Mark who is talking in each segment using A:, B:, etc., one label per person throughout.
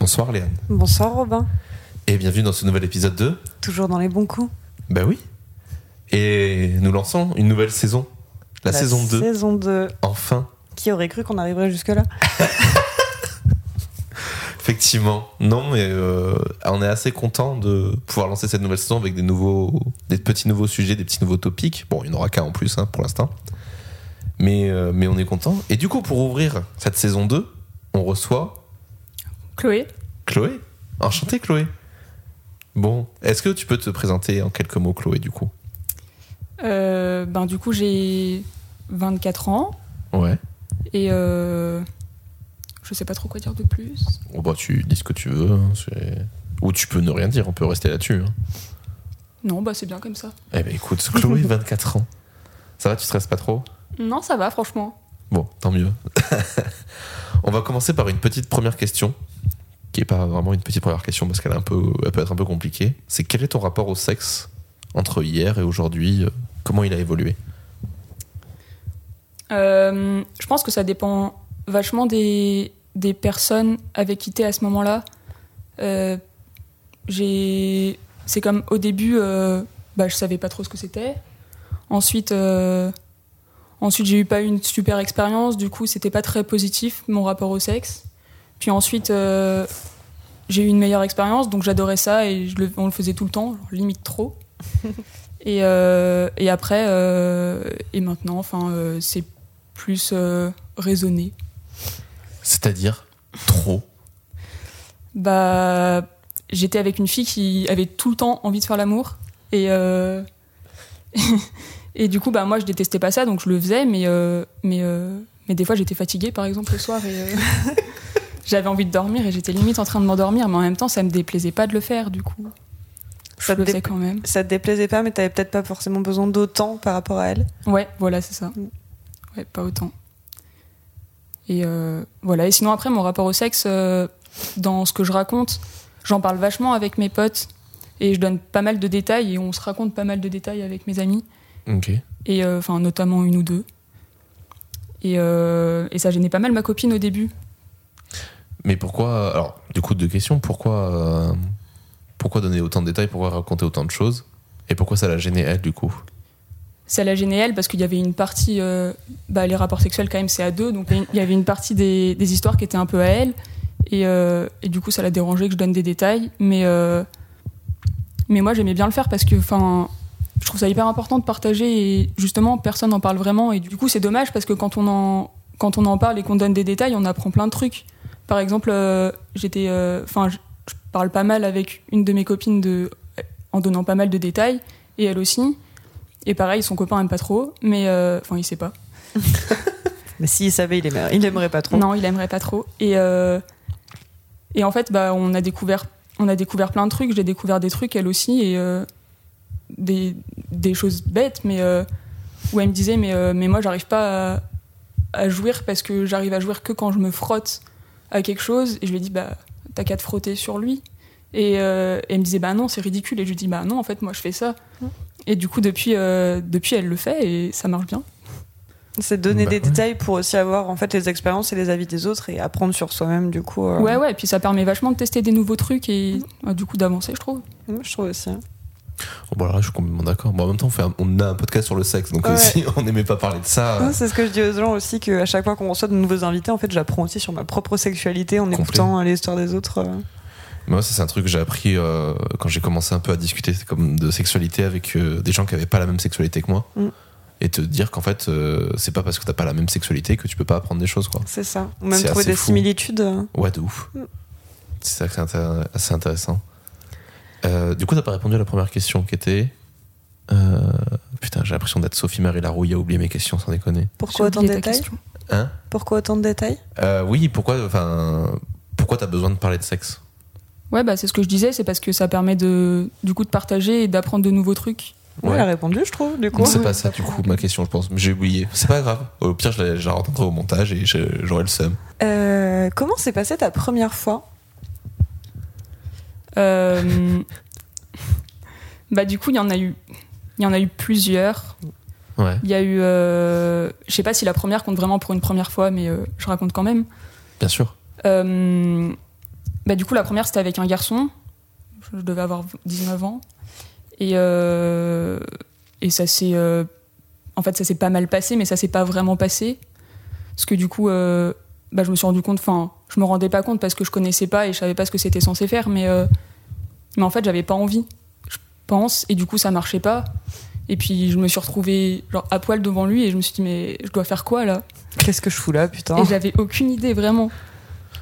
A: Bonsoir Léane
B: Bonsoir Robin,
A: et bienvenue dans ce nouvel épisode 2.
B: toujours dans les bons coups.
A: Ben oui. Et nous lançons une nouvelle saison. La, saison 2,
B: Saison 2.
A: enfin.
B: Qui aurait cru qu'on arriverait jusque-là
A: Effectivement. Non, mais euh, on est assez content de pouvoir lancer cette nouvelle saison avec des nouveaux, des petits nouveaux sujets, des petits nouveaux topics. Bon, il n'y en aura qu'un en plus hein, pour l'instant. Mais, euh, mais on est content. Et du coup, pour ouvrir cette saison 2, on reçoit
C: Chloé,
A: Chloé. Enchantée, Chloé. Bon, est-ce que tu peux te présenter en quelques mots, Chloé, du coup
C: euh, ben, du coup j'ai 24 ans
A: Ouais.
C: et euh, je sais pas trop quoi dire de plus.
A: Bon, bah, tu dis ce que tu veux. hein, c'est- Ou tu peux ne rien dire, on peut rester là-dessus. hein.
C: Non, bah c'est bien comme ça.
A: Eh ben écoute, Chloé, 24 ans. Ça va, tu stresses pas trop
C: Non, ça va franchement.
A: Bon, tant mieux. On va commencer par une petite première question, qui est pas vraiment une petite première question parce qu'elle est un peu, elle peut être un peu compliquée. C'est quel est ton rapport au sexe entre hier et aujourd'hui euh, Comment il a évolué
C: Euh, je pense que ça dépend vachement des, des personnes avec qui t'es à ce moment-là. Euh, j'ai- c'est comme au début, euh, bah, je savais pas trop ce que c'était. Ensuite, euh, ensuite j'ai eu pas une super expérience, du coup c'était pas très positif mon rapport au sexe. Puis ensuite, euh, j'ai eu une meilleure expérience, donc j'adorais ça et je le- on le faisait tout le temps, genre, limite trop. et, euh, et après, euh, et maintenant, enfin, euh, c'est plus euh, raisonné.
A: C'est-à-dire trop.
C: Bah, j'étais avec une fille qui avait tout le temps envie de faire l'amour et euh, et du coup bah moi je détestais pas ça donc je le faisais mais euh, mais euh, mais des fois j'étais fatiguée par exemple le soir et euh, j'avais envie de dormir et j'étais limite en train de m'endormir mais en même temps ça me déplaisait pas de le faire du coup je
B: Ça te
C: le faisais
B: dépla-
C: quand même.
B: Ça te déplaisait pas, mais t'avais peut-être pas forcément besoin d'autant par rapport à elle.
C: Ouais, voilà, c'est ça.
B: Mm.
C: Ouais, pas autant. Et euh, voilà. Et sinon, après, mon rapport au sexe, euh, dans ce que je raconte, j'en parle vachement avec mes potes. Et je donne pas mal de détails et on se raconte pas mal de détails avec mes amis.
A: Ok.
C: Et euh, enfin, notamment une ou deux. Et, euh, et ça gênait pas mal ma copine au début.
A: Mais pourquoi Alors, du coup, deux questions. Pourquoi, euh, pourquoi donner autant de détails Pourquoi raconter autant de choses Et pourquoi ça l'a gêné elle, du coup
C: ça la gênait elle parce qu'il y avait une partie, euh, bah, les rapports sexuels quand même c'est à deux, donc il y avait une partie des, des histoires qui étaient un peu à elle, et, euh, et du coup ça la dérangeait que je donne des détails, mais, euh, mais moi j'aimais bien le faire parce que enfin, je trouve ça hyper important de partager et justement personne n'en parle vraiment, et du coup c'est dommage parce que quand on en, quand on en parle et qu'on donne des détails, on apprend plein de trucs. Par exemple, euh, j'étais, enfin, je je parle pas mal avec une de mes copines de, en donnant pas mal de détails, et elle aussi. Et pareil, son copain aime pas trop, mais euh, enfin, il sait pas.
B: Mais s'il savait, il aimerait, il aimerait pas trop.
C: Non, il aimerait pas trop. Et euh, et en fait, bah, on a découvert, on a découvert plein de trucs. J'ai découvert des trucs elle aussi et euh, des des choses bêtes, mais euh, où elle me disait, mais euh, mais moi, j'arrive pas à, à jouir parce que j'arrive à jouir que quand je me frotte à quelque chose. Et je lui ai dit, bah, t'as qu'à te frotter sur lui. Et euh, et elle me disait, bah non, c'est ridicule. Et je lui dis, bah non, en fait, moi, je fais ça. Et du coup, depuis, euh, depuis, elle le fait et ça marche bien.
B: C'est donner
A: Bah
B: des
A: ouais.
B: détails pour aussi avoir en fait les expériences et les avis des autres et apprendre sur soi-même du coup. euh,
C: Ouais, ouais, et puis ça permet vachement de tester des nouveaux trucs et
B: Mm.
C: euh, du coup d'avancer, je trouve.
B: moi, Mm, Je trouve aussi. hein.
A: Bon, bah, là, je suis complètement d'accord. Bon, en même temps, on, fait un- on a un podcast sur le sexe, donc euh,
B: Ouais.
A: si on n'aimait pas parler de ça. euh.
B: Non, Mm, C'est ce que je dis aux gens aussi que à chaque fois qu'on reçoit de nouveaux invités, en fait, j'apprends aussi sur ma propre sexualité en
A: Complet.
B: écoutant euh, l'histoire des autres. euh.
A: Moi, ça, c'est un truc que j'ai appris euh, quand j'ai commencé un peu à discuter comme de sexualité avec euh, des gens qui n'avaient pas la même sexualité que moi.
B: Mm.
A: et te dire qu'en fait, euh, c'est pas parce que t'as pas la même sexualité que tu peux pas apprendre des choses, quoi.
B: C'est ça. On même
A: C'est
B: trouvé
A: assez
B: des
A: fou.
B: similitudes.
A: Ouais, de ouf.
B: Mm.
A: C'est ça qui est intér- assez intéressant. Euh, du coup, t'as pas répondu à la première question qui était. euh, putain, j'ai l'impression d'être Sophie-Marie Larouille à oublier mes questions, sans déconner.
B: Pourquoi
C: J'ai
B: autant de
C: oublié ta
B: détails
C: question.
A: Hein
B: Pourquoi autant de détails
A: Euh, Oui, pourquoi, enfin, pourquoi t'as besoin de parler de sexe
C: Ouais, bah c'est ce que je disais, c'est parce que ça permet de, du coup, de partager et d'apprendre de nouveaux trucs.
B: Ouais,
A: Ouais.
B: Elle a répondu, je trouve, du coup.
A: C'est pas ça, du coup, ma question, je pense. J'ai oublié. C'est pas grave. Au pire, je la je la retenterai au montage et je- j'aurai le seum.
B: Euh, comment s'est passée ta première fois
C: Euh, bah du coup, il y en a eu, il y en a eu plusieurs.
A: Ouais.
C: Il y a eu, euh, je sais pas si la première compte vraiment pour une première fois, mais euh, je raconte quand même.
A: Bien sûr.
C: Euh, bah du coup, la première c'était avec un garçon. Je devais avoir 19 ans et euh, et ça s'est, euh, en fait, ça s'est pas mal passé, mais ça s'est pas vraiment passé parce que du coup, euh, bah je me suis rendu compte, enfin, je me rendais pas compte parce que je connaissais pas et je savais pas ce que c'était censé faire, mais euh, mais en fait, j'avais pas envie, je pense, et du coup, ça marchait pas. Et puis, je me suis retrouvée genre, à poil devant lui et je me suis dit, mais je dois faire quoi là
B: Qu'est-ce que je fous là, putain
C: et j'avais aucune idée vraiment.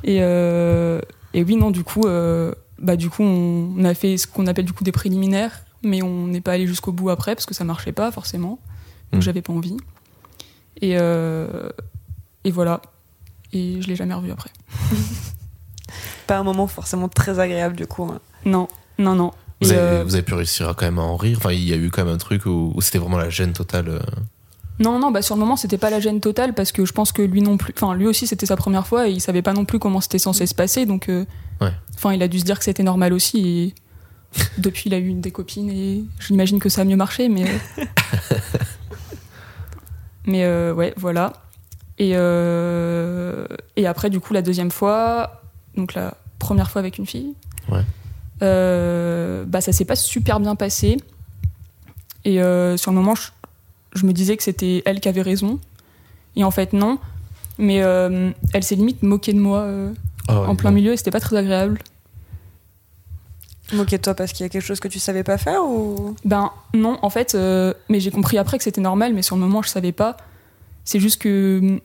C: Et, euh, et oui, non, du coup, euh, bah, du coup, on, on a fait ce qu'on appelle du coup des préliminaires, mais on n'est pas allé jusqu'au bout après parce que ça marchait pas forcément. Donc
A: Mm.
C: j'avais pas envie. Et, euh, et voilà. Et je l'ai jamais revu après.
B: Pas un moment forcément très agréable, du coup. hein.
C: Non, non, non.
A: Vous,
C: Et,
A: avez,
C: euh,
A: vous avez pu réussir à quand même à en rire. Enfin, il y a eu quand même un truc où, où c'était vraiment la gêne totale. euh.
C: Non, non, bah sur le moment, c'était pas la gêne totale parce que je pense que lui non plus. Enfin, lui aussi, c'était sa première fois et il savait pas non plus comment c'était censé se passer. Donc, euh,
A: Ouais.
C: enfin, il a dû se dire que c'était normal aussi. Et depuis, il a eu des copines et j'imagine que ça a mieux marché, mais. euh, mais euh, ouais, voilà. Et, euh, et après, du coup, la deuxième fois, donc la première fois avec une fille,
A: Ouais.
C: euh, bah, ça s'est pas super bien passé. Et euh, sur le moment, je, je me disais que c'était elle qui avait raison. Et en fait, non. Mais euh, elle s'est limite moquée de moi euh,
A: Ah ouais,
C: en plein
A: non.
C: milieu et c'était pas très agréable.
B: Moquez-toi parce qu'il y a quelque chose que tu savais pas faire ou
C: Ben non, en fait, euh, mais j'ai compris après que c'était normal, mais sur le moment, je savais pas. C'est juste que,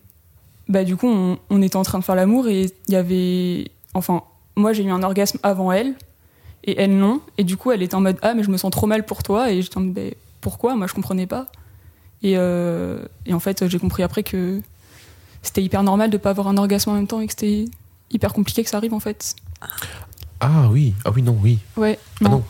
C: bah, du coup, on, on était en train de faire l'amour et il y avait. Enfin, moi, j'ai eu un orgasme avant elle et elle non. Et du coup, elle était en mode Ah, mais je me sens trop mal pour toi. Et j'étais en mode Bah, Pourquoi Moi, je comprenais pas. Et, euh, et en fait, j'ai compris après que c'était hyper normal de pas avoir un orgasme en même temps et que c'était hyper compliqué que ça arrive en fait.
A: Ah oui, ah oui, non, oui.
C: Ouais,
A: Ah non.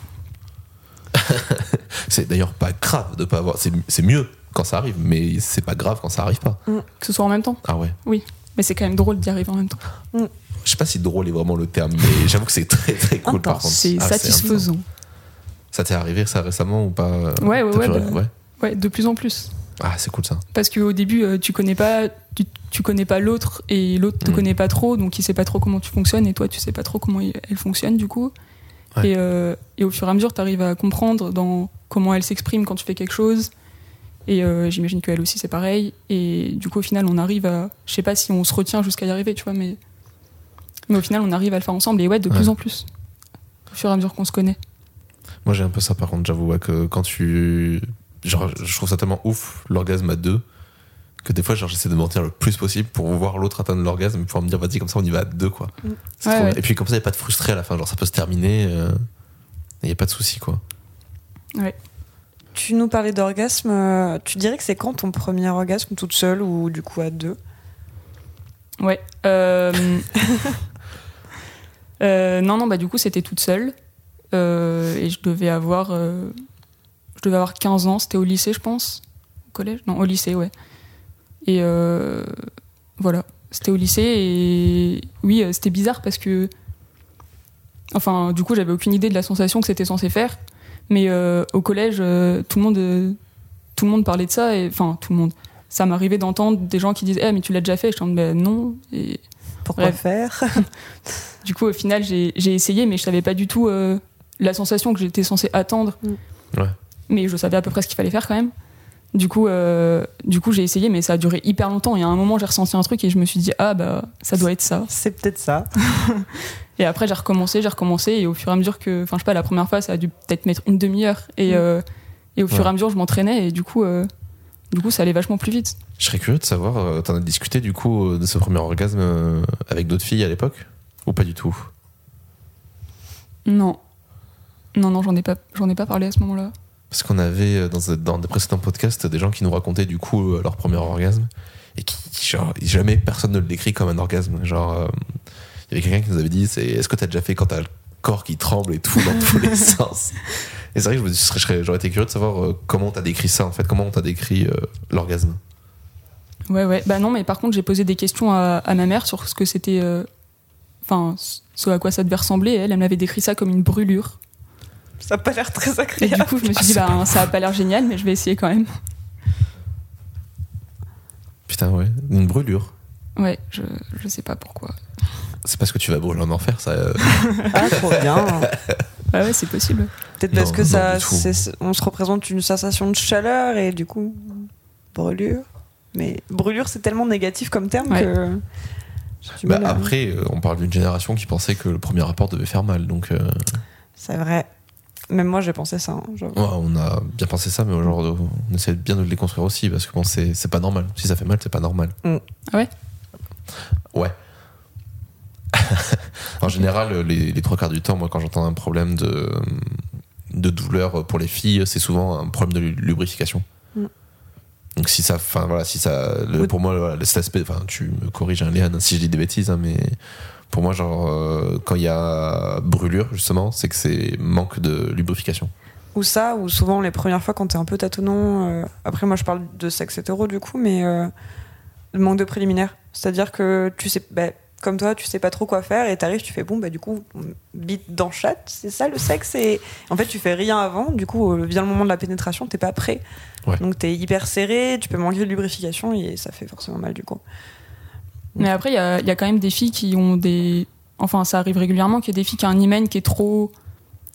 A: C'est d'ailleurs pas grave de pas avoir. C'est c'est mieux quand ça arrive, mais c'est pas grave quand ça arrive pas.
C: que ce soit en même temps.
A: Ah ouais.
C: Mais c'est quand même drôle d'y arriver en même temps.
A: Je sais pas si drôle est vraiment le terme, mais j'avoue que c'est très très cool par
B: Intense.
A: contre.
C: C'est
A: Ah, intense.
C: satisfaisant.
A: Ça t'est arrivé ça récemment ou pas euh,
C: Ouais, ouais,
A: T'as pu-
C: ouais, bah- Ouais, de plus en plus.
A: Ah, c'est cool ça.
C: Parce qu'au début, euh, tu connais pas, tu, tu connais pas l'autre et l'autre te
A: Mhm.
C: connaît pas trop, donc il sait pas trop comment tu fonctionnes et toi, tu sais pas trop comment il- elle fonctionne du coup.
A: Ouais.
C: Et, euh, et au fur et à mesure, tu arrives à comprendre dans comment elle s'exprime quand tu fais quelque chose. Et euh, j'imagine qu'elle aussi, c'est pareil. Et du coup, au final, on arrive à. Je sais pas si on se retient jusqu'à y arriver, tu vois, mais. Mais au final, on arrive à le faire ensemble. Et ouais, de
A: Ouais.
C: plus en plus. Au fur et à mesure qu'on se connaît.
A: Moi, j'ai un peu ça, par contre, j'avoue, ouais, que quand tu. Genre, je trouve ça tellement ouf, l'orgasme à deux, que des fois, genre, j'essaie de mentir le plus possible pour voir l'autre atteindre l'orgasme, pour me dire, vas-y, comme ça, on y va à deux, quoi.
B: Mm.
A: C'est
C: Ouais,
A: trop
C: ouais.
A: bien. Et puis, comme ça, il a pas de frustré à la fin, genre, ça peut se terminer, il n'y a pas de souci, quoi.
B: tu nous parlais d'orgasme euh, Tu dirais que c'est quand ton premier orgasme toute seule ou du coup à deux
C: Ouais. euh, euh, non, non, bah du coup, c'était toute seule. Euh, et je devais avoir. euh, Je devais avoir 15 ans, c'était au lycée, je pense. Au collège Non, au lycée, ouais. Et euh, voilà. C'était au lycée et oui, euh, c'était bizarre parce que. Enfin, du coup, j'avais aucune idée de la sensation que c'était censé faire. Mais euh, au collège, euh, tout, le monde, euh, tout le monde parlait de ça. et- Enfin, tout le monde ça m'arrivait d'entendre des gens qui disent Eh, mais tu l'as déjà fait Je suis en mode, Bah, non. Et
B: Pourquoi
C: Ouais.
B: faire
C: du coup, au final, j'ai j'ai essayé, mais je savais pas du tout euh, la sensation que j'étais censée attendre.
A: Ouais.
C: Mais je savais à peu près ce qu'il fallait faire quand même. Du coup, euh, du coup j'ai essayé, mais ça a duré hyper longtemps. Et à un moment, j'ai ressenti un truc et je me suis dit Ah, bah, ça doit être ça.
B: C'est peut-être ça.
C: Et après, j'ai recommencé, j'ai recommencé, et au fur et à mesure que, enfin, je sais pas, la première fois, ça a dû peut-être mettre une demi-heure, et,
B: Mm.
C: euh, et au fur
A: Ouais.
C: et à mesure, je m'entraînais, et du coup, euh, Du coup, ça allait vachement plus vite.
A: Je serais curieux de savoir, euh, t'en as discuté du coup euh, de ce premier orgasme euh, avec d'autres filles à l'époque Ou pas du tout
C: Non. Non, non, j'en ai, pas- j'en ai pas parlé à ce moment-là.
A: Parce qu'on avait euh, dans, dans des précédents podcasts des gens qui nous racontaient du coup euh, leur premier orgasme et qui, genre, jamais personne ne le décrit comme un orgasme. Genre, euh, il y avait quelqu'un qui nous avait dit c'est est-ce que t'as déjà fait quand t'as le corps qui tremble et tout dans tous les sens Et c'est vrai que je me serais- je serais- j'aurais été curieux de savoir euh, comment t'as décrit ça en fait, comment on t'a décrit euh, l'orgasme.
C: Ouais, ouais. Bah non, mais par contre, j'ai posé des questions à, à ma mère sur ce que c'était. euh, Enfin, ce à quoi ça devait ressembler. Elle, elle m'avait décrit ça comme une brûlure.
B: Ça a pas l'air très
C: Et du
B: agréable.
C: coup, je me suis dit,
A: c'est
C: bah, ça a pas l'air génial, mais je vais essayer quand même.
A: Putain, ouais, une brûlure.
C: Ouais, je, je sais pas pourquoi.
A: C'est parce que tu vas brûler en enfer, ça. euh,
B: Ah, trop bien.
C: Ah ouais, c'est possible.
B: Peut-être parce
A: Non,
B: que
A: non,
B: ça,
A: du tout.
B: c'est- on se représente une sensation de chaleur et du coup, brûlure. Mais brûlure, c'est tellement négatif comme terme
C: Ouais.
B: que. j'ai du
A: bah,
B: mal à-
A: après, euh, on parle d'une génération qui pensait que le premier rapport devait faire mal, donc. euh,
B: C'est vrai. Même moi, j'ai pensé ça. hein, j'avoue.
A: Ouais, on a bien pensé ça, mais aujourd'hui, on essaie bien de le déconstruire aussi, parce que bon, c'est c'est pas normal. Si ça fait mal, c'est pas normal.
B: Mm.
C: Ah ouais
A: Ouais. en général, les, les trois quarts du temps, moi, quand j'entends un problème de, de douleur pour les filles, c'est souvent un problème de lu- lubrification.
B: Mm.
A: Donc si ça, enfin voilà, si ça, le-
B: Oui.
A: pour moi, voilà, cet aspect, enfin tu me corriges, hein, Léane, si je dis des bêtises, hein, mais pour moi, genre euh, quand il y a brûlure justement, c'est que c'est manque de lubrification.
B: Ou ça, ou souvent les premières fois quand t'es un peu tâtonnant. euh, Après, moi, je parle de sexe hétéro du coup, mais euh, le manque de préliminaire. C'est-à-dire que tu sais. bah, comme toi, tu sais pas trop quoi faire et t'arrives, tu fais bon, bah du coup, bite dans chatte, c'est ça le sexe. Et en fait, tu fais rien avant, du coup, euh, vient le moment de la pénétration, t'es pas prêt.
A: Ouais.
B: Donc t'es hyper serré, tu peux manquer de lubrification et ça fait forcément mal du coup.
A: Mmh.
C: Mais après, il y a, il y a quand même des filles qui ont des. Enfin, ça arrive régulièrement qu'il y a des filles qui ont un hymen qui est trop,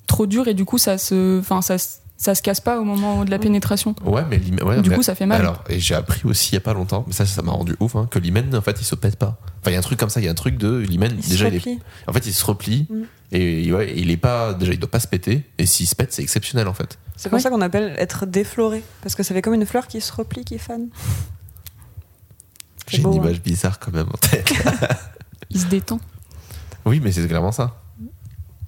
C: trop dur et du coup, ça se, enfin, ça, se- ça se casse pas au moment de la pénétration.
A: Ouais, mais l'hymen- ouais,
C: du
A: mais-
C: coup, ça fait mal.
A: Alors, et j'ai appris aussi il y a pas longtemps, mais ça, ça m'a rendu ouf, hein, que l'hymen, en fait, il se pète pas. Enfin, il y a un truc comme ça, il y a un truc de l'hymen,
B: Il se
A: déjà, il est,
B: replie.
A: en fait, il se replie,
B: Mm.
A: et ouais, il est pas, déjà, il doit pas se péter, et s'il se pète, c'est exceptionnel, en fait.
B: C'est pour
C: Ouais.
B: ça qu'on appelle être défloré, parce que ça fait comme une fleur qui se replie, qui fane.
A: J'ai
B: C'est
A: une
B: beau, hein.
A: image bizarre quand même en tête.
C: Il se détend.
A: oui, mais c'est clairement ça.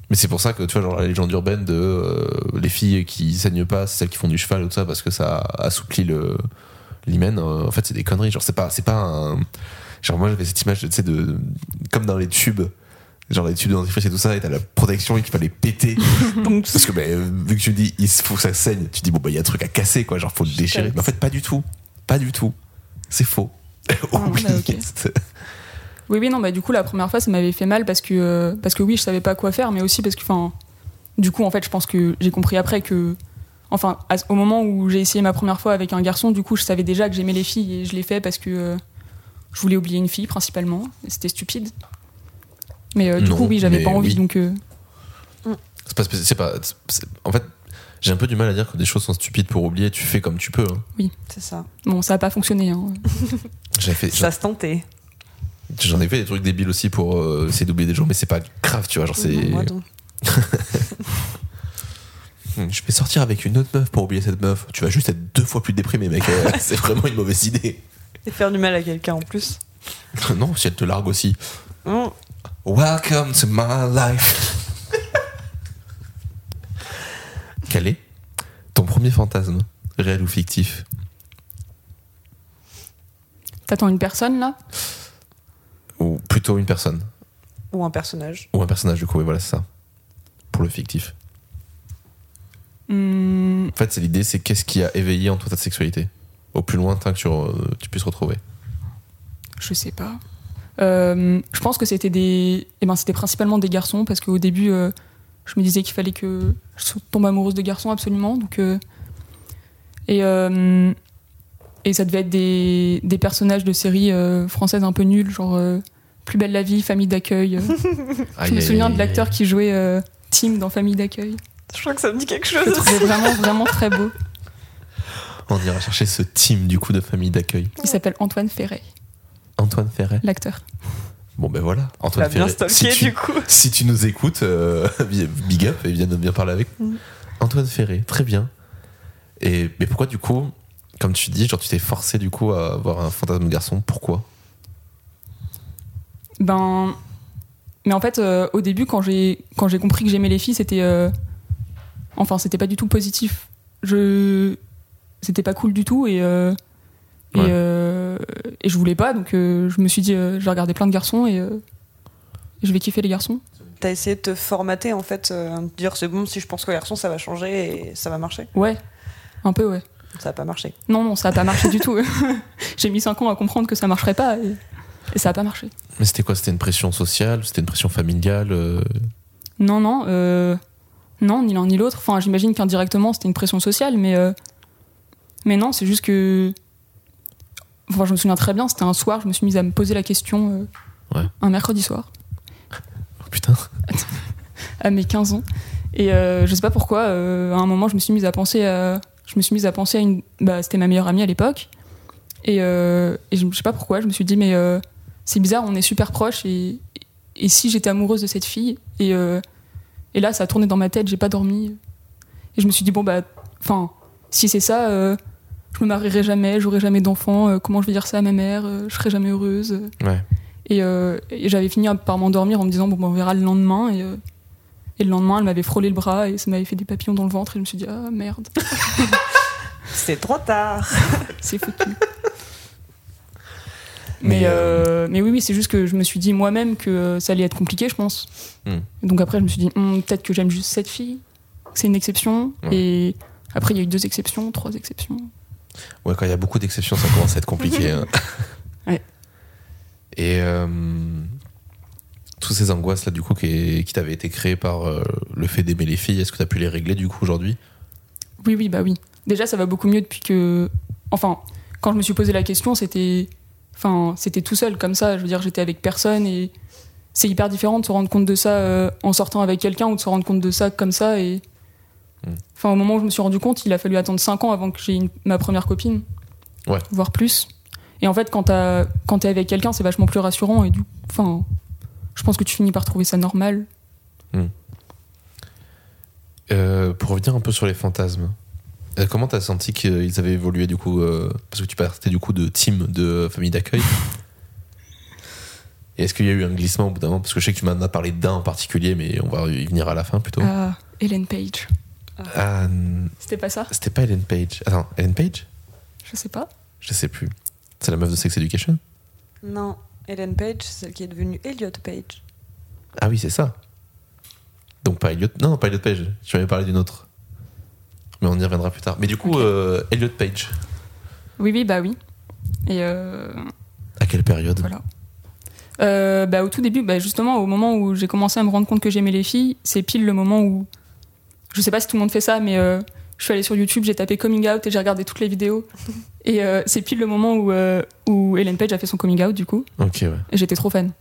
A: Mais c'est pour ça que, tu vois, genre, la légende urbaine de euh, les filles qui saignent pas, c'est celles qui font du cheval ou tout ça, parce que ça assouplit le l'hymen, euh, en fait, c'est des conneries. Genre, c'est pas, c'est pas un. Genre, moi, j'avais cette image, tu sais, de. Comme dans les tubes. Genre, les tubes de dentifrice et tout ça, et t'as la protection et qu'il fallait péter.
B: Donc,
A: Parce que bah, euh, vu que tu dis il faut que ça saigne, tu dis bon bah il y a un truc à casser quoi, genre faut le déchirer. Mais en fait pas du tout, pas du tout, c'est faux.
C: Ah,
A: oui,
C: bah, ok. Oui, oui, non, bah du coup, la première fois, ça m'avait fait mal parce que, euh, parce que oui, je savais pas quoi faire, mais aussi parce que, enfin, du coup, en fait, je pense que j'ai compris après que, enfin, à- au moment où j'ai essayé ma première fois avec un garçon, du coup, je savais déjà que j'aimais les filles et je l'ai fait parce que euh, je voulais oublier une fille principalement. C'était stupide. Mais euh, du
A: Non,
C: coup, oui, j'avais
A: mais
C: pas envie,
A: oui.
C: donc. euh,
A: c'est pas, spécial- c'est pas c'est- en fait j'ai un peu du mal à dire que des choses sont stupides pour oublier, tu fais comme tu peux. hein.
B: c'est ça.
C: Bon, ça a pas fonctionné. Hein.
A: J'ai fait-
B: Ça se tentait.
A: J'en ai fait des trucs débiles aussi pour euh, essayer d'oublier des gens, mais c'est pas grave, tu vois. Genre, c'est.
B: Non, moi, donc.
A: Hmm, Je vais sortir avec une autre meuf pour oublier cette meuf. Tu vas juste être deux fois plus déprimé, mec. Euh, c'est vraiment une mauvaise idée.
B: Et faire du mal à quelqu'un en plus.
A: non, si elle te largue aussi.
B: Hum,
A: Welcome to my life. Quel est ton premier fantasme, réel ou fictif
C: T'attends une personne là
A: Ou plutôt une personne
B: Ou un personnage.
A: Ou un personnage, du coup, et voilà, c'est ça. Pour le fictif.
C: Hmm,
A: En fait, c'est l'idée, c'est qu'est-ce qui a éveillé en toi ta sexualité Au plus lointain que tu, re- tu puisses retrouver.
C: Je sais pas. Euh, je pense que c'était des, eh ben, c'était principalement des garçons parce qu'au début, euh, je me disais qu'il fallait que je tombe amoureuse de garçons absolument. Donc, euh, et euh, et ça devait être des, des personnages de séries euh, françaises un peu nulles, genre euh, Plus belle la vie, Famille d'accueil. euh. je me souviens de l'acteur qui jouait euh, Tim dans Famille d'accueil.
B: Je crois que ça me dit quelque
C: Je le
B: chose.
C: trouvais vraiment vraiment très beau.
A: On ira chercher ce team, du coup, de famille d'accueil.
C: Il s'appelle Antoine Ferret,
A: Antoine Ferret.
C: l'acteur.
A: Bon, ben voilà.
B: Tu l'as
A: Antoine
B: bien
A: Ferret.
B: stalké
A: si tu-
B: du coup.
A: Si tu nous écoutes, euh, big up et viens nous bien parler avec nous.
B: Mm.
A: Antoine Ferré, très bien. Et, mais pourquoi du coup, comme tu dis, genre tu t'es forcé du coup à avoir un fantasme garçon. Pourquoi
C: Ben. Mais en fait, euh, au début, quand j'ai quand j'ai compris que j'aimais les filles, c'était. euh, Enfin, c'était pas du tout positif. Je. C'était pas cool du tout et. euh, et,
A: Ouais.
C: euh, et je voulais pas, donc euh, je me suis dit, euh, je vais regarder plein de garçons et. euh, je vais kiffer les garçons.
B: T'as essayé de te formater en fait, euh, de dire c'est bon, si je pense qu'au garçon ça va changer et ça va marcher.
C: Ouais. Un peu, ouais.
B: Ça a pas marché.
C: Non, non, ça a pas marché du tout. J'ai mis 5 ans à comprendre que ça marcherait pas et, et ça a pas marché.
A: Mais c'était quoi C'était une pression sociale C'était une pression familiale euh,
C: Non, non, euh, non, ni l'un ni l'autre. Enfin, j'imagine qu'indirectement c'était une pression sociale, mais euh, mais non, c'est juste que. Enfin, je me souviens très bien. C'était un soir, je me suis mise à me poser la question euh,
A: Ouais.
C: un mercredi soir
A: oh, Putain.
C: à mes 15 ans et euh, je sais pas pourquoi. euh, à un moment, je me suis mise à penser à, je me suis mise à penser à une. Bah, c'était ma meilleure amie à l'époque et, euh, et je je sais pas pourquoi. Je me suis dit mais euh, c'est bizarre, on est super proches et et si j'étais amoureuse de cette fille et euh, et là ça a tourné dans ma tête, j'ai pas dormi et je me suis dit bon bah enfin si c'est ça euh, je me marierai jamais, j'aurai jamais d'enfant, euh, comment je vais dire ça à ma mère, euh, je serai jamais heureuse euh.
A: Ouais.
C: et, euh, et j'avais fini par m'endormir en me disant bon bah, on verra le lendemain et euh, et le lendemain, elle m'avait frôlé le bras et ça m'avait fait des papillons dans le ventre. Et je me suis dit, ah merde,
B: C'est trop tard.
C: c'est foutu.
A: Mais,
C: mais, euh, mais oui, oui, c'est juste que je me suis dit moi-même que euh, ça allait être compliqué, je pense.
A: Hmm.
C: Donc après, je me suis dit, Hmm, peut-être que j'aime juste cette fille, que c'est une exception.
A: Ouais.
C: Et après, il y a eu deux exceptions, trois exceptions.
A: Ouais, quand il y a beaucoup d'exceptions, ça commence à être compliqué. hein.
C: Ouais.
A: Et euh, toutes ces angoisses là, du coup, qui, qui t'avaient été créées par euh, le fait d'aimer les filles, est-ce que t'as pu les régler du coup aujourd'hui
C: Oui, oui, bah oui. Déjà, ça va beaucoup mieux depuis que. Enfin, quand je me suis posé la question, c'était. Enfin, c'était tout seul comme ça. Je veux dire, j'étais avec personne et c'est hyper différent de se rendre compte de ça euh, en sortant avec quelqu'un ou de se rendre compte de ça comme ça. Et.
A: Mm.
C: Enfin, au moment où je me suis rendu compte, il a fallu attendre 5 ans avant que j'ai une- ma première copine.
A: Ouais.
C: Voire plus. Et en fait, quand t'as- quand t'es avec quelqu'un, c'est vachement plus rassurant et du. Enfin. Je pense que tu finis par trouver ça normal.
A: Euh, Pour revenir un peu sur les fantasmes, euh, comment t'as senti qu'ils avaient évolué du coup euh, Parce que tu partais du coup de team de euh, famille d'accueil. Et est-ce qu'il y a eu un glissement au bout d'un moment Parce que je sais que tu m'en as parlé d'un en particulier, mais on va y venir à la fin plutôt.
C: Ah, Hélène Page.
A: Ah,
C: C'était pas ça
A: c'était pas Ellen Page. Attends, Ellen Page
C: Je sais pas.
A: Je sais plus. C'est la meuf de Sex Education
B: Non, Ellen Page, celle qui est devenue Elliot Page.
A: Ah oui, c'est ça. Donc pas Elliot. Non, pas Elliot Page. Tu m'avais parlé d'une autre. Mais on y reviendra plus tard. Mais du coup, euh, Elliot Page,
C: Oui, oui, bah oui. Et euh,
A: à quelle période
C: voilà. Euh, bah, au tout début, bah, justement, au moment où j'ai commencé à me rendre compte que j'aimais les filles, c'est pile le moment où. Je sais pas si tout le monde fait ça, mais euh, je suis allée sur YouTube, j'ai tapé coming out et j'ai regardé toutes les vidéos. Et euh, c'est pile le moment où, euh, où Ellen Page a fait son coming out, du coup.
A: Ok, ouais.
C: Et j'étais trop fan.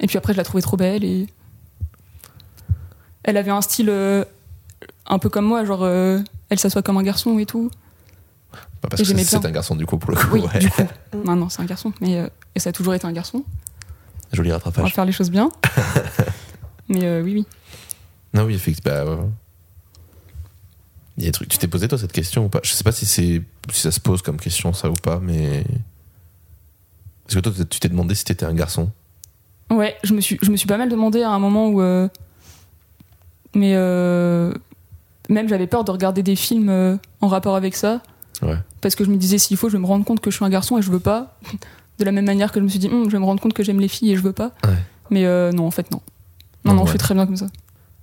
C: Et puis après, je la trouvais trop belle et. Elle avait un style euh, un peu comme moi, genre euh, elle s'assoit comme un garçon et tout.
A: Bah, parce
C: Et
A: que
C: j'aimais
A: c'est
C: bien.
A: un garçon du coup pour le coup.
C: Oui,
A: ouais.
C: du coup. Non, non, c'est un garçon. Mais, euh, et ça a toujours été un garçon.
A: Joli
C: On va
A: rattrapage.
C: faire les choses bien. mais euh, oui, oui.
A: Non, oui, effectivement. Bah, ouais. Il y a des trucs. Tu t'es posé toi cette question ou pas Je sais pas si c'est si ça se pose comme question ça ou pas, mais parce que toi tu t'es demandé si t'étais un garçon.
C: Ouais, je me suis, je me suis pas mal demandé à un moment où. euh, mais euh, même j'avais peur de regarder des films euh, en rapport avec ça.
A: Ouais.
C: Parce que je me disais, s'il faut, je vais me rendre compte que je suis un garçon et je veux pas. De la même manière que je me suis dit, Hum, je vais me rendre compte que j'aime les filles et je veux pas.
A: Ouais.
C: Mais euh, non, en fait, non.
A: Donc,
C: Non, non, je
A: ouais.
C: suis très bien comme ça.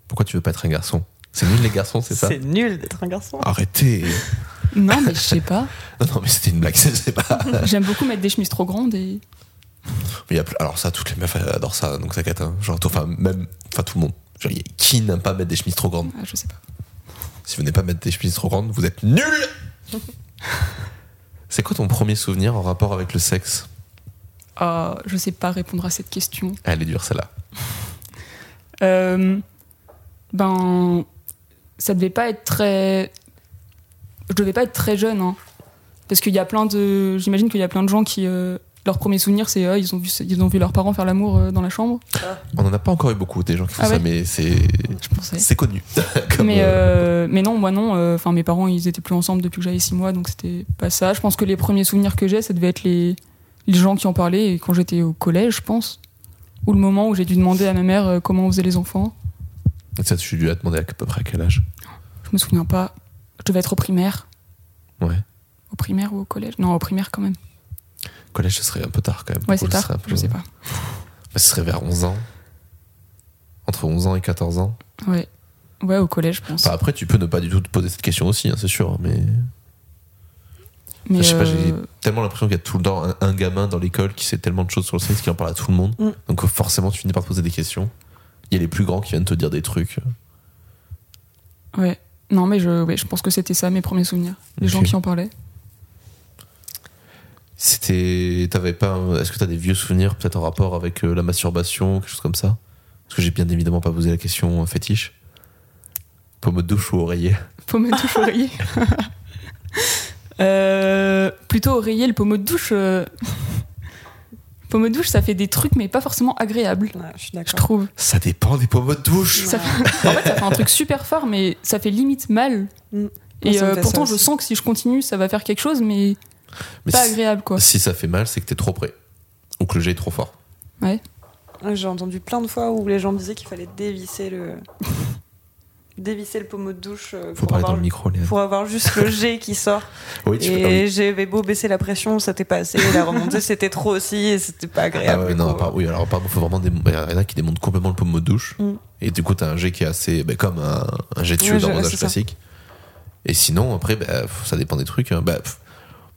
A: Pourquoi tu veux pas être un garçon C'est nul les garçons, c'est ça
B: nul d'être un garçon.
A: Arrêtez
C: Non, mais je sais pas.
A: Non, non, mais c'était une blague, je sais pas.
C: J'aime beaucoup mettre des chemises trop grandes et.
A: Mais y a plus- alors ça, toutes les meufs elles adorent ça, donc ça cata. Genre, tout- enfin, même, enfin tout le monde. Genre, y a- qui n'aime pas mettre des chemises trop grandes
C: Ah, je sais pas.
A: Si vous n'aimez pas mettre des chemises trop grandes, vous êtes nuls C'est quoi ton premier souvenir en rapport avec le sexe
C: Ah, je sais pas répondre à cette question.
A: Ah, Elle est dure celle-là.
C: Euh, ben, ça devait pas être très. Je devais pas être très jeune, hein. parce qu'il y a plein de. J'imagine qu'il y a plein de gens qui, euh, leur premier souvenir, c'est euh, ils, ont vu, ils ont vu leurs parents faire l'amour euh, dans la chambre.
A: On en a pas encore eu beaucoup des gens qui font
C: Ah
A: ça,
C: ouais
A: mais c'est
C: Je pensais.
A: c'est connu. Comme,
C: mais,
A: euh,
C: euh, mais non, moi non. Enfin, mes parents, ils étaient plus ensemble depuis que j'avais 6 mois, donc c'était pas ça. Je pense que les premiers souvenirs que j'ai, ça devait être les, les gens qui en parlaient et quand j'étais au collège, je pense. Ou le moment où j'ai dû demander à ma mère euh, comment on faisait les enfants. euh,
A: Ça, tu lui as demandé à peu près à quel âge
C: Je me souviens pas. Je devais être au primaire.
A: Ouais.
C: Au primaire ou au collège Non, au primaire quand même.
A: Collège, ce serait un peu tard quand même.
C: Ouais,
A: Pour
C: c'est
A: le
C: tard.
A: serait un peu-
C: Je sais pas.
A: Bah, ce serait vers 11 ans. Entre 11 ans et 14 ans.
C: Ouais. Ouais, au collège, je pense.
A: Enfin, après, tu peux ne pas du tout te poser cette question aussi, hein, c'est sûr. Mais je
C: mais
A: sais pas, j'ai
C: euh,
A: tellement l'impression qu'il y a tout le temps un, un gamin dans l'école qui sait tellement de choses sur le sexe qui en parle à tout le monde.
B: Mm.
A: Donc, euh, forcément, tu finis par te poser des questions. Il y a les plus grands qui viennent te dire des trucs.
C: Ouais. Non, mais je, ouais, je pense que c'était ça mes premiers souvenirs. Les
A: Ok.
C: gens qui en parlaient.
A: C'était. T'avais pas. un- Est-ce que t'as des vieux souvenirs, peut-être en rapport avec euh, la masturbation, quelque chose comme ça Parce que j'ai bien évidemment pas posé la question euh, fétiche. Pomme de douche ou oreiller
C: Pommeau de douche oreiller. Euh, plutôt oreiller, le pommeau de douche. euh, pommeau de douche, ça fait des trucs, mais pas forcément agréables,
B: Ouais, Ah, je suis
C: je
B: d'accord.
C: trouve.
A: Ça dépend des pommes de douche
C: Ça En fait, ça fait un truc super fort, mais ça fait limite mal.
B: Mm. Moi,
C: Et
B: ça me
C: euh,
B: fait
C: pourtant,
B: ça
C: je
B: aussi.
C: sens que si je continue, ça va faire quelque chose, mais
A: Mais
C: pas
A: si-
C: agréable, quoi.
A: Si ça fait mal, c'est que t'es trop près. Ou que le jet est trop fort.
C: Ouais.
B: Ouais, Ah, J'ai entendu plein de fois où les gens disaient qu'il fallait dévisser le dévisser le pommeau de douche euh,
A: Faut
B: pour
A: parler
B: avoir,
A: dans le micro, Léa.
B: pour avoir juste le jet qui sort.
A: Oui, tu fais- ah oui.
B: Et j'avais beau baisser la pression, c'était pas assez. La remontée, c'était trop aussi, et c'était pas
A: Ah
B: agréable.
A: ouais, non,
B: quoi.
A: par- oui, alors pardon, faut vraiment des... il y en a qui démontent complètement le pommeau de douche.
B: Mm.
A: Et du coup, t'as un jet qui est assez. ben, comme un, un jet de tuyau
B: Ouais,
A: dans
B: je-
A: le
B: c'est
A: rodage
B: ça.
A: classique. Et sinon, après, ben, pff, ça dépend des trucs. hein. Ben, pff,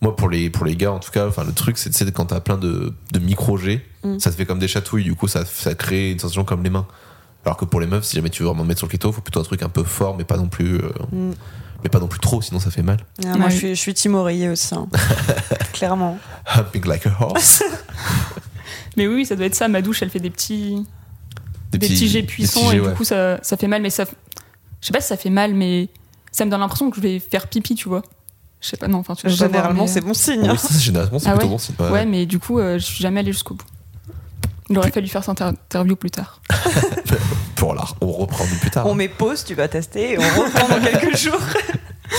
A: moi, pour les, pour les gars, en tout cas, enfin, le truc, c'est c'est quand t'as plein de, de micro-jets,
B: Mm.
A: ça te fait comme des chatouilles. Du coup, ça, ça crée une sensation comme les mains. Alors que pour les meufs, si jamais tu veux vraiment mettre sur le keto, faut plutôt un truc un peu fort, mais pas non plus, euh,
B: Mm.
A: mais pas non plus trop, sinon ça fait mal.
B: Ah, moi,
C: Ouais.
B: je suis, je suis team oreiller aussi, hein. clairement.
A: Humping like a horse.
C: Mais oui, oui, ça doit être ça. Ma douche, elle fait des petits, des petits, jets
A: des
C: puissants,
A: jets,
C: et
A: ouais.
C: du coup, ça, ça fait mal. Mais ça. Je sais pas si ça fait mal, mais ça me donne l'impression que je vais faire pipi, tu vois. Je sais pas, non, enfin, tu dois pas voir,
B: Généralement,
C: mais-
B: c'est bon signe. hein.
A: euh, Oui, ça, c'est généralement, c'est
C: Ah
A: plutôt
C: ouais
A: bon signe.
C: Ouais, mais du coup, euh, je suis jamais allée jusqu'au bout. Il aurait fallu faire cette inter- interview plus tard.
A: Pour l'art, on reprend plus tard. hein.
B: On met pause, tu vas tester, et on reprend dans quelques jours.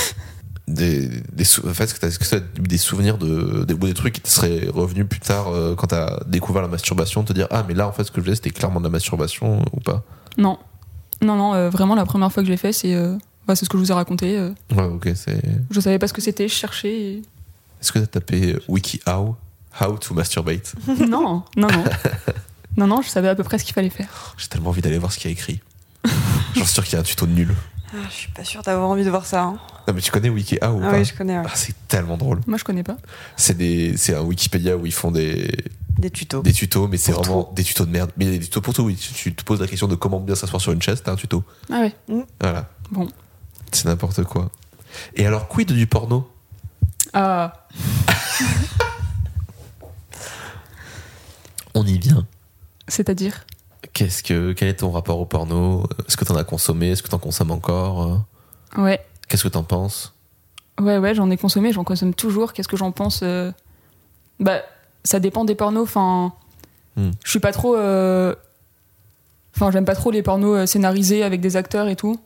A: des, des sou- en fait, est-ce que t'as- est-ce que t'as des souvenirs de, des, ou des trucs qui te seraient revenus plus tard euh, quand t'as découvert la masturbation, te dire ah mais là en fait ce que je faisais c'était clairement de la masturbation euh, ou pas
C: Non. Non, non, euh, vraiment, la première fois que j'ai fait, c'est euh, bah, c'est ce que je vous ai raconté. euh,
A: Ouais ok c'est.
C: je savais pas ce que c'était, je cherchais. et-
A: Est-ce que t'as tapé euh, wiki how how to masturbate
C: non, non, non. Non, non, je savais à peu près ce qu'il fallait faire.
A: J'ai tellement envie d'aller voir ce qu'il y a écrit. J'en suis sûr qu'il y a un tuto nul.
B: Ah, je suis pas sûre d'avoir envie de voir ça. hein.
A: Non mais tu connais wiki how ou
B: Ah
A: pas
B: oui, je connais ouais.
A: Ah, c'est tellement drôle.
C: Moi, je connais pas.
A: C'est des c'est un Wikipédia où ils font des
B: des tutos.
A: des tutos mais c'est
B: Pour
A: vraiment des tutos de merde. Mais il y a des tutos pour tout. Oui, tu, tu te poses la question de comment bien s'asseoir sur une chaise, t'as un tuto.
C: Ah ouais.
A: Voilà.
C: Bon.
A: C'est n'importe quoi. Et alors, quid du porno
C: Ah,
A: On y vient.
C: c'est-à-dire
A: Qu'est-ce que, quel est ton rapport au porno Est-ce que t'en as consommé Est-ce que t'en consommes encore
C: Ouais,
A: Qu'est-ce que t'en penses
C: ouais, ouais, j'en ai consommé, j'en consomme toujours. Qu'est-ce que j'en pense euh, Bah, ça dépend des pornos. Enfin,
A: Hmm.
C: je suis pas trop. euh, Enfin, j'aime pas trop les pornos euh, scénarisés avec des acteurs et tout.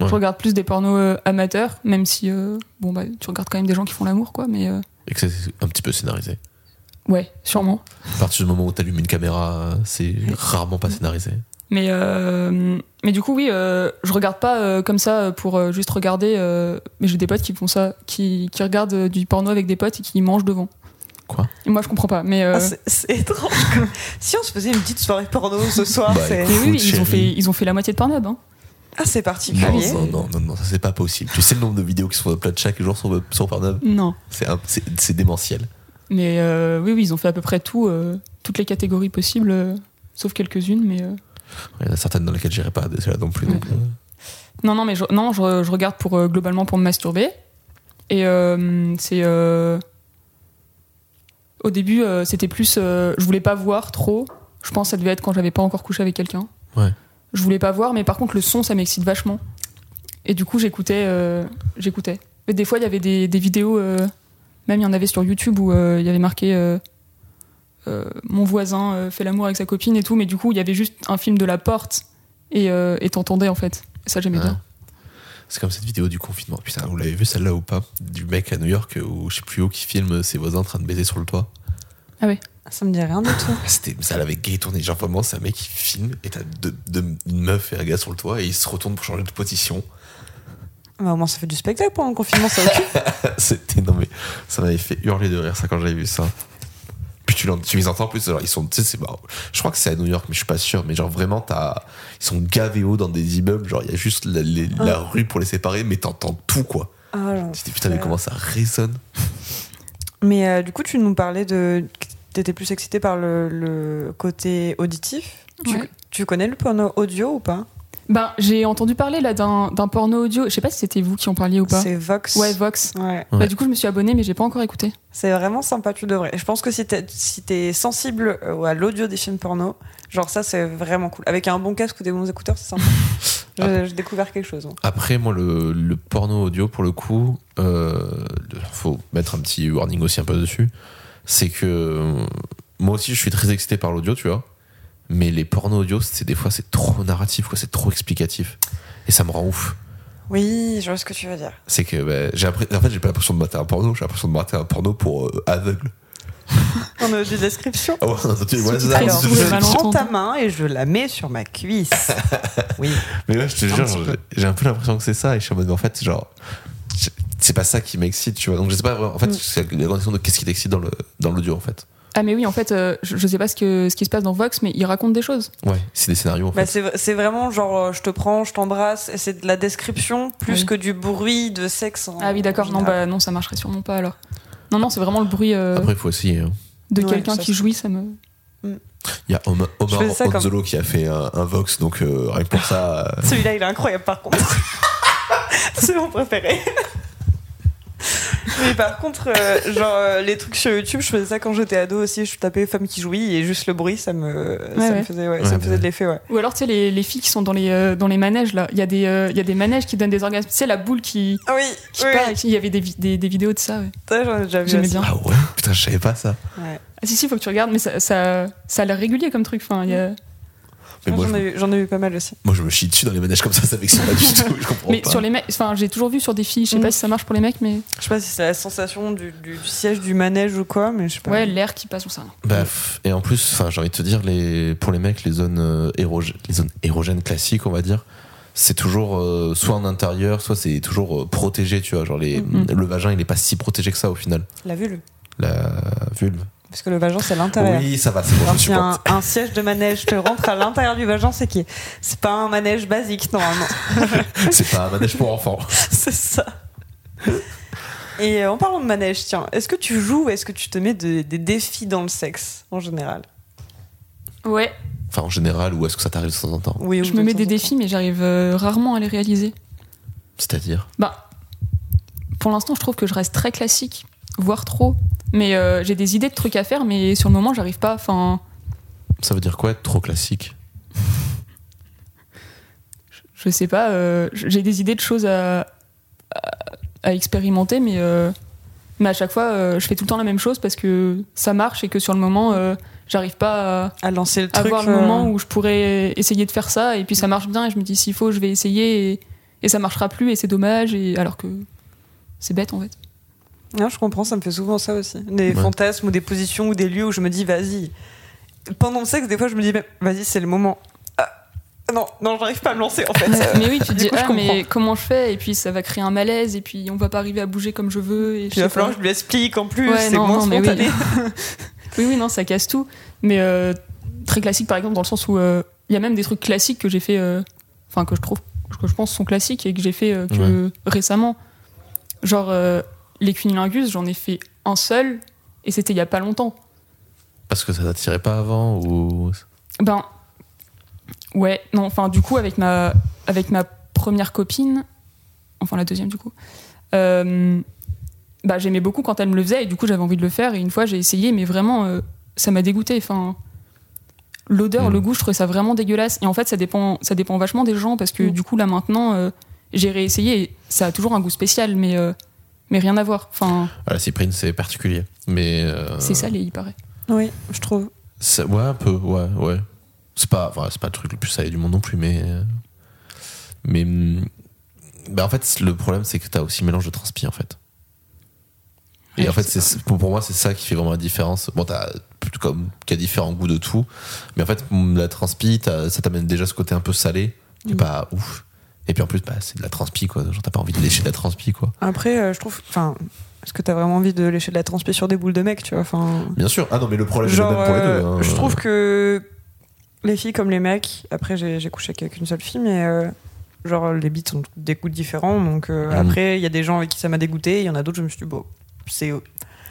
A: Ouais.
C: Je regarde plus des pornos euh, amateurs, même si, euh, bon, bah, tu regardes quand même des gens qui font l'amour, quoi, mais. euh,
A: Et que c'est un petit peu scénarisé.
C: ouais, sûrement.
A: À partir du moment où t'allumes une caméra, c'est rarement pas scénarisé.
C: Mais, euh, mais du coup, oui, euh, je regarde pas euh, comme ça euh, pour euh, juste regarder. euh, mais j'ai des potes qui font ça, qui, qui regardent euh, du porno avec des potes et qui mangent devant.
A: Quoi
C: Et moi, je comprends pas. Mais, euh,
B: Ah, c'est- c'est étrange. comme- si on se faisait une petite soirée porno ce soir,
A: Bah,
B: c'est
C: mais oui,
A: Food
C: oui, ils,
A: chérie.
C: ont fait, ils ont fait la moitié de Pornhub. Hein.
B: Ah, c'est
A: Non,
B: particulier.
A: non, non, non, non, ça c'est pas possible. Tu sais le nombre de vidéos qui sont upload chaque jour sur, sur Pornhub
C: Non.
A: C'est un- c'est- c'est démentiel.
C: Mais euh, oui, oui, ils ont fait à peu près tout, euh, toutes les catégories possibles, euh, sauf quelques-unes. Mais euh,
A: Il y en a certaines dans lesquelles j'irai pas, celle-là non plus. donc, euh,
C: Non, non, mais je, non, je, je regarde pour, euh, globalement pour me masturber. Et euh, c'est. euh, au début, euh, c'était plus. euh, je voulais pas voir trop. Je pense que ça devait être quand j'avais pas encore couché avec quelqu'un.
A: Ouais.
C: Je voulais pas voir, mais par contre, le son, ça m'excite vachement. Et du coup, j'écoutais. euh, j'écoutais. Mais des fois, il y avait des, des vidéos. euh, même il y en avait sur YouTube où euh, il y avait marqué. euh, euh, mon voisin euh, fait l'amour avec sa copine et tout, mais du coup, il y avait juste un film de la porte et euh, et t'entendais en fait. Et ça, j'aimais
A: Ah.
C: bien.
A: C'est comme cette vidéo du confinement. Putain, vous l'avez vu celle-là ou pas Du mec à New York ou je sais plus où qui filme ses voisins en train de baiser sur le toit.
B: Ça me dit rien du tout.
A: C'était ça l'avait gay tourné. Genre vraiment, c'est un mec qui filme et t'as deux, deux- une meuf et un gars sur le toit et ils se retournent pour changer de position.
B: Bah, au moins, ça fait du spectacle pendant le confinement, ça occupe.
A: C'était non mais ça m'avait fait hurler de rire ça quand j'avais vu ça. Puis tu, l'en- tu les entends en plus, alors ils sont, tu sais, c'est marrant. Je crois que c'est à New York, mais je suis pas sûr. Mais genre vraiment, t'as, ils sont gavés haut dans des immeubles. Genre il y a juste la, les- la rue pour les séparer, mais t'entends tout quoi.
B: Ah, j'en
A: Tu te dis, putain mais comment ça résonne
B: Mais euh, du coup, tu nous parlais de. T'étais plus excité par le, le côté auditif. Tu,
C: Ouais.
B: tu connais le porno audio ou pas
C: Ben, j'ai entendu parler là d'un d'un porno audio. Je sais pas si c'était vous qui en parliez ou pas.
B: C'est Vox.
C: Ouais, Vox.
B: Ouais.
A: Ouais.
C: Bah, du coup, je me suis abonnée, mais j'ai pas encore écouté.
B: C'est vraiment sympa, tu devrais. Et Je pense que si t'es si t'es sensible euh, à l'audio des films porno, genre ça, c'est vraiment cool. Avec un bon casque ou des bons écouteurs, c'est sympa. Je-
A: Ah.
B: J'ai découvert quelque chose. hein.
A: Après, moi, le, le porno audio, pour le coup, euh, le- faut mettre un petit warning aussi un peu dessus. C'est que euh, moi aussi, je suis très excité par l'audio, tu vois. Mais les pornos audio, c'est des fois, c'est trop narratif, quoi. C'est trop explicatif. Et ça me rend ouf.
B: Oui, je vois ce que tu veux dire.
A: C'est que bah, j'ai appris- en fait, j'ai pas l'impression de mater un porno, j'ai l'impression de mater un porno pour euh, aveugle.
B: On a des descriptions.
A: Ah ouais, tu- ouais, c'est ça.
C: Sous-titré
B: Alors,
C: sous
B: je
C: les malentendus.
B: prends ta main et je la mets sur ma cuisse. Oui.
A: Mais ouais, je te
B: Un
A: jure,
B: petit
A: j'ai-
B: peu.
A: j'ai un peu l'impression que c'est ça. Et je suis en mode, mais en fait, genre, je- c'est pas ça qui m'excite, tu vois. Donc, je sais pas, vraiment- en fait,
B: Mm.
A: c'est la grande question de qu'est-ce qui t'excite dans le- dans l'audio, en fait.
C: Ah, mais oui, en fait, euh, je, je sais pas ce, que, ce qui se passe dans Vox, mais ils racontent des choses.
A: Ouais, c'est des scénarios, en
B: Bah,
A: fait.
B: c'est v- c'est vraiment genre euh, je te prends, je t'embrasse, et c'est de la description plus
C: Oui.
B: que du bruit de sexe. en
C: Ah oui, d'accord. Non,
B: général.
C: bah non, ça marcherait sûrement pas alors. Non, non, c'est vraiment le bruit euh,
A: Après, il faut essayer. hein.
C: de
B: Ouais,
C: quelqu'un
B: ça,
C: qui
B: c'est-
C: jouit, ça me.
A: Il y a Omar,
B: Je
A: Omar
B: faisais ça comme-
A: Odzolo qui a fait un, un Vox, donc euh, rien que pour ça.
C: bah,
A: euh,
B: Celui-là, il est incroyable par contre. c'est mon préféré. Mais par contre, euh, genre euh, les trucs sur YouTube, je faisais ça quand j'étais ado aussi. Je tapais femme qui jouit et juste le bruit, ça me, ça
C: Ouais,
B: me
C: ouais.
B: faisait, ouais,
A: Ouais,
B: ça me
A: bah
B: faisait
A: ouais.
B: de l'effet, ouais.
C: Ou alors, tu sais, les, les filles qui sont dans les, euh, dans les manèges, là. Il y, a des, euh, il y a des manèges qui donnent des orgasmes. Tu sais, la boule qui,
B: Ah oui,
C: qui
B: oui,
C: part.
B: oui.
C: et qui- Il y avait des, vi- des, des vidéos de ça, ouais.
B: Ça, j'en ai déjà vu.
C: J'aimais
B: aussi.
C: bien.
A: Ah ouais Putain, je savais pas ça.
B: Ouais.
C: Ah, si, si, faut que tu regardes, mais ça, ça, ça a l'air régulier comme truc. Enfin, il y
B: Mm.
C: a-
A: Mais moi
B: J'en
A: je,
B: ai, vu- j'en ai vu pas mal aussi.
A: moi, je me chie dessus dans les manèges comme ça, ça m'excite pas du tout. Je comprends
C: Mais
A: pas.
C: sur les mecs, enfin, j'ai toujours vu sur des filles, je sais
B: Mm.
C: pas si ça marche pour les mecs, mais.
B: Je sais pas si c'est la sensation du, du- du siège du manège ou quoi, mais je sais pas.
C: Ouais, l'air qui passe, on sait rien.
A: Bah, pff, et en plus, enfin, j'ai envie de te dire, les, pour les mecs, les zones, euh, érogè- les zones érogènes classiques, on va dire, c'est toujours euh, soit en intérieur, soit c'est toujours euh, protégé, tu vois. Genre, les,
C: Mhm.
A: le vagin, il est pas si protégé que ça au final.
B: La vulve.
A: La vulve.
B: Parce que le vagin, c'est l'intérieur.
A: Oui, ça va, c'est bon, je
B: Quand
A: me
B: il y a
A: supporte.
B: un, un siège de manège te rentre à l'intérieur du vagin, c'est qui C'est pas un manège basique normalement.
A: C'est pas un manège pour enfants.
B: c'est ça. Et euh, en parlant de manège, tiens, est-ce que tu joues ou est-ce que tu te mets de- des défis dans le sexe en général
C: Ouais,
A: Enfin, en général, ou est-ce que ça t'arrive de temps en temps
B: Oui, ou
C: je
B: de
C: me mets
B: temps
C: des
B: en
C: défis, mais j'arrive euh, rarement à les réaliser.
A: C'est-à-dire
C: Bah, pour l'instant, je trouve que je reste très classique, voire trop. Mais euh, j'ai des idées de trucs à faire, mais sur le moment, j'arrive pas. Enfin,
A: Ça veut dire quoi être trop classique
C: je sais pas. euh, j'ai des idées de choses à, à, à expérimenter, mais, euh, mais à chaque fois, euh, je fais tout le temps la même chose parce que ça marche et que sur le moment, euh, j'arrive pas à,
B: temps. À lancer le
C: à
B: truc.
C: voir le
B: euh,
C: moment où je pourrais essayer de faire ça. Et puis
B: Mm.
C: ça marche bien et je me dis, s'il faut, je vais essayer et, et ça marchera plus et c'est dommage. Et, alors que c'est bête en fait.
B: Non, je comprends, ça me fait souvent ça aussi. Des
A: Ouais.
B: fantasmes ou des positions ou des lieux où je me dis, vas-y. Pendant le sexe, des fois, je me dis, mais vas-y, c'est le moment. Ah, non, non, j'arrive pas à me lancer en fait.
C: mais oui, tu te
B: Euh, Du
C: dis,
B: coup, je
C: ah, mais comment je fais Et puis ça va créer un malaise, et puis on va pas arriver à bouger comme je veux. Et je
B: Puis il va
C: sais
B: falloir
C: pas.
B: que je lui explique en plus,
C: Ouais,
B: c'est
C: non,
B: moins
C: non, mais oui.
B: spontané.
C: Oui, oui, non, ça casse tout. Mais euh, très classique, par exemple, dans le sens où euh, il y a même des trucs classiques que j'ai fait, euh, enfin, que je trouve, que je pense sont classiques et que j'ai fait euh, que récemment. Genre, euh, les cunilingus, j'en ai fait un seul, et c'était il y a pas longtemps.
A: Parce que ça t'attirait pas avant ou
C: Ben ouais, non, enfin du coup avec ma avec ma première copine, enfin la deuxième du coup, euh, bah j'aimais beaucoup quand elle me le faisait et du coup j'avais envie de le faire et une fois j'ai essayé mais vraiment euh, ça m'a dégoûté. Enfin l'odeur,
A: Mm.
C: le goût, je trouvais ça vraiment dégueulasse et en fait ça dépend ça dépend vachement des gens parce que
B: Mm.
C: du coup là maintenant euh, j'ai réessayé et ça a toujours un goût spécial mais euh, mais rien à voir. Enfin
A: Ah, la cyprine, c'est particulier. Mais euh,
C: c'est salé il paraît.
B: Oui, je trouve.
A: C'est- ouais, un peu, ouais, ouais. C'est pas, enfin, c'est pas le truc le plus salé du monde non plus, mais. euh, Mais. hum, Bah, en fait, le problème, c'est que t'as aussi mélange de transpi, en fait. Et
C: Ouais,
A: en
C: je
A: fait,
C: sais
A: c'est, pour, pour moi, c'est ça qui fait vraiment la différence. Bon, t'as plus comme qu'il y a différents goûts de tout, mais en fait, hum, la transpi, t'as- ça t'amène déjà ce côté un peu salé, qui est
B: Mm.
A: pas ouf. Et puis en plus, bah, c'est de la transpi, quoi. Genre, t'as pas envie de lécher de la transpi, quoi.
B: Après, euh, je trouve. Enfin, est-ce que t'as vraiment envie de lécher de la transpi sur des boules de mec, tu vois Enfin.
A: Bien sûr. Ah non, mais le problème,
B: Genre,
A: est le même pour les deux.
B: euh,
A: hein.
B: je trouve que les filles comme les mecs, après j'ai j'ai couché qu'avec une seule fille, mais euh, genre les bites ont des goûts différents. Donc euh,
A: Mhm.
B: après, il y a des gens avec qui ça m'a dégoûté, il y en a d'autres, je me suis dit, bon, c'est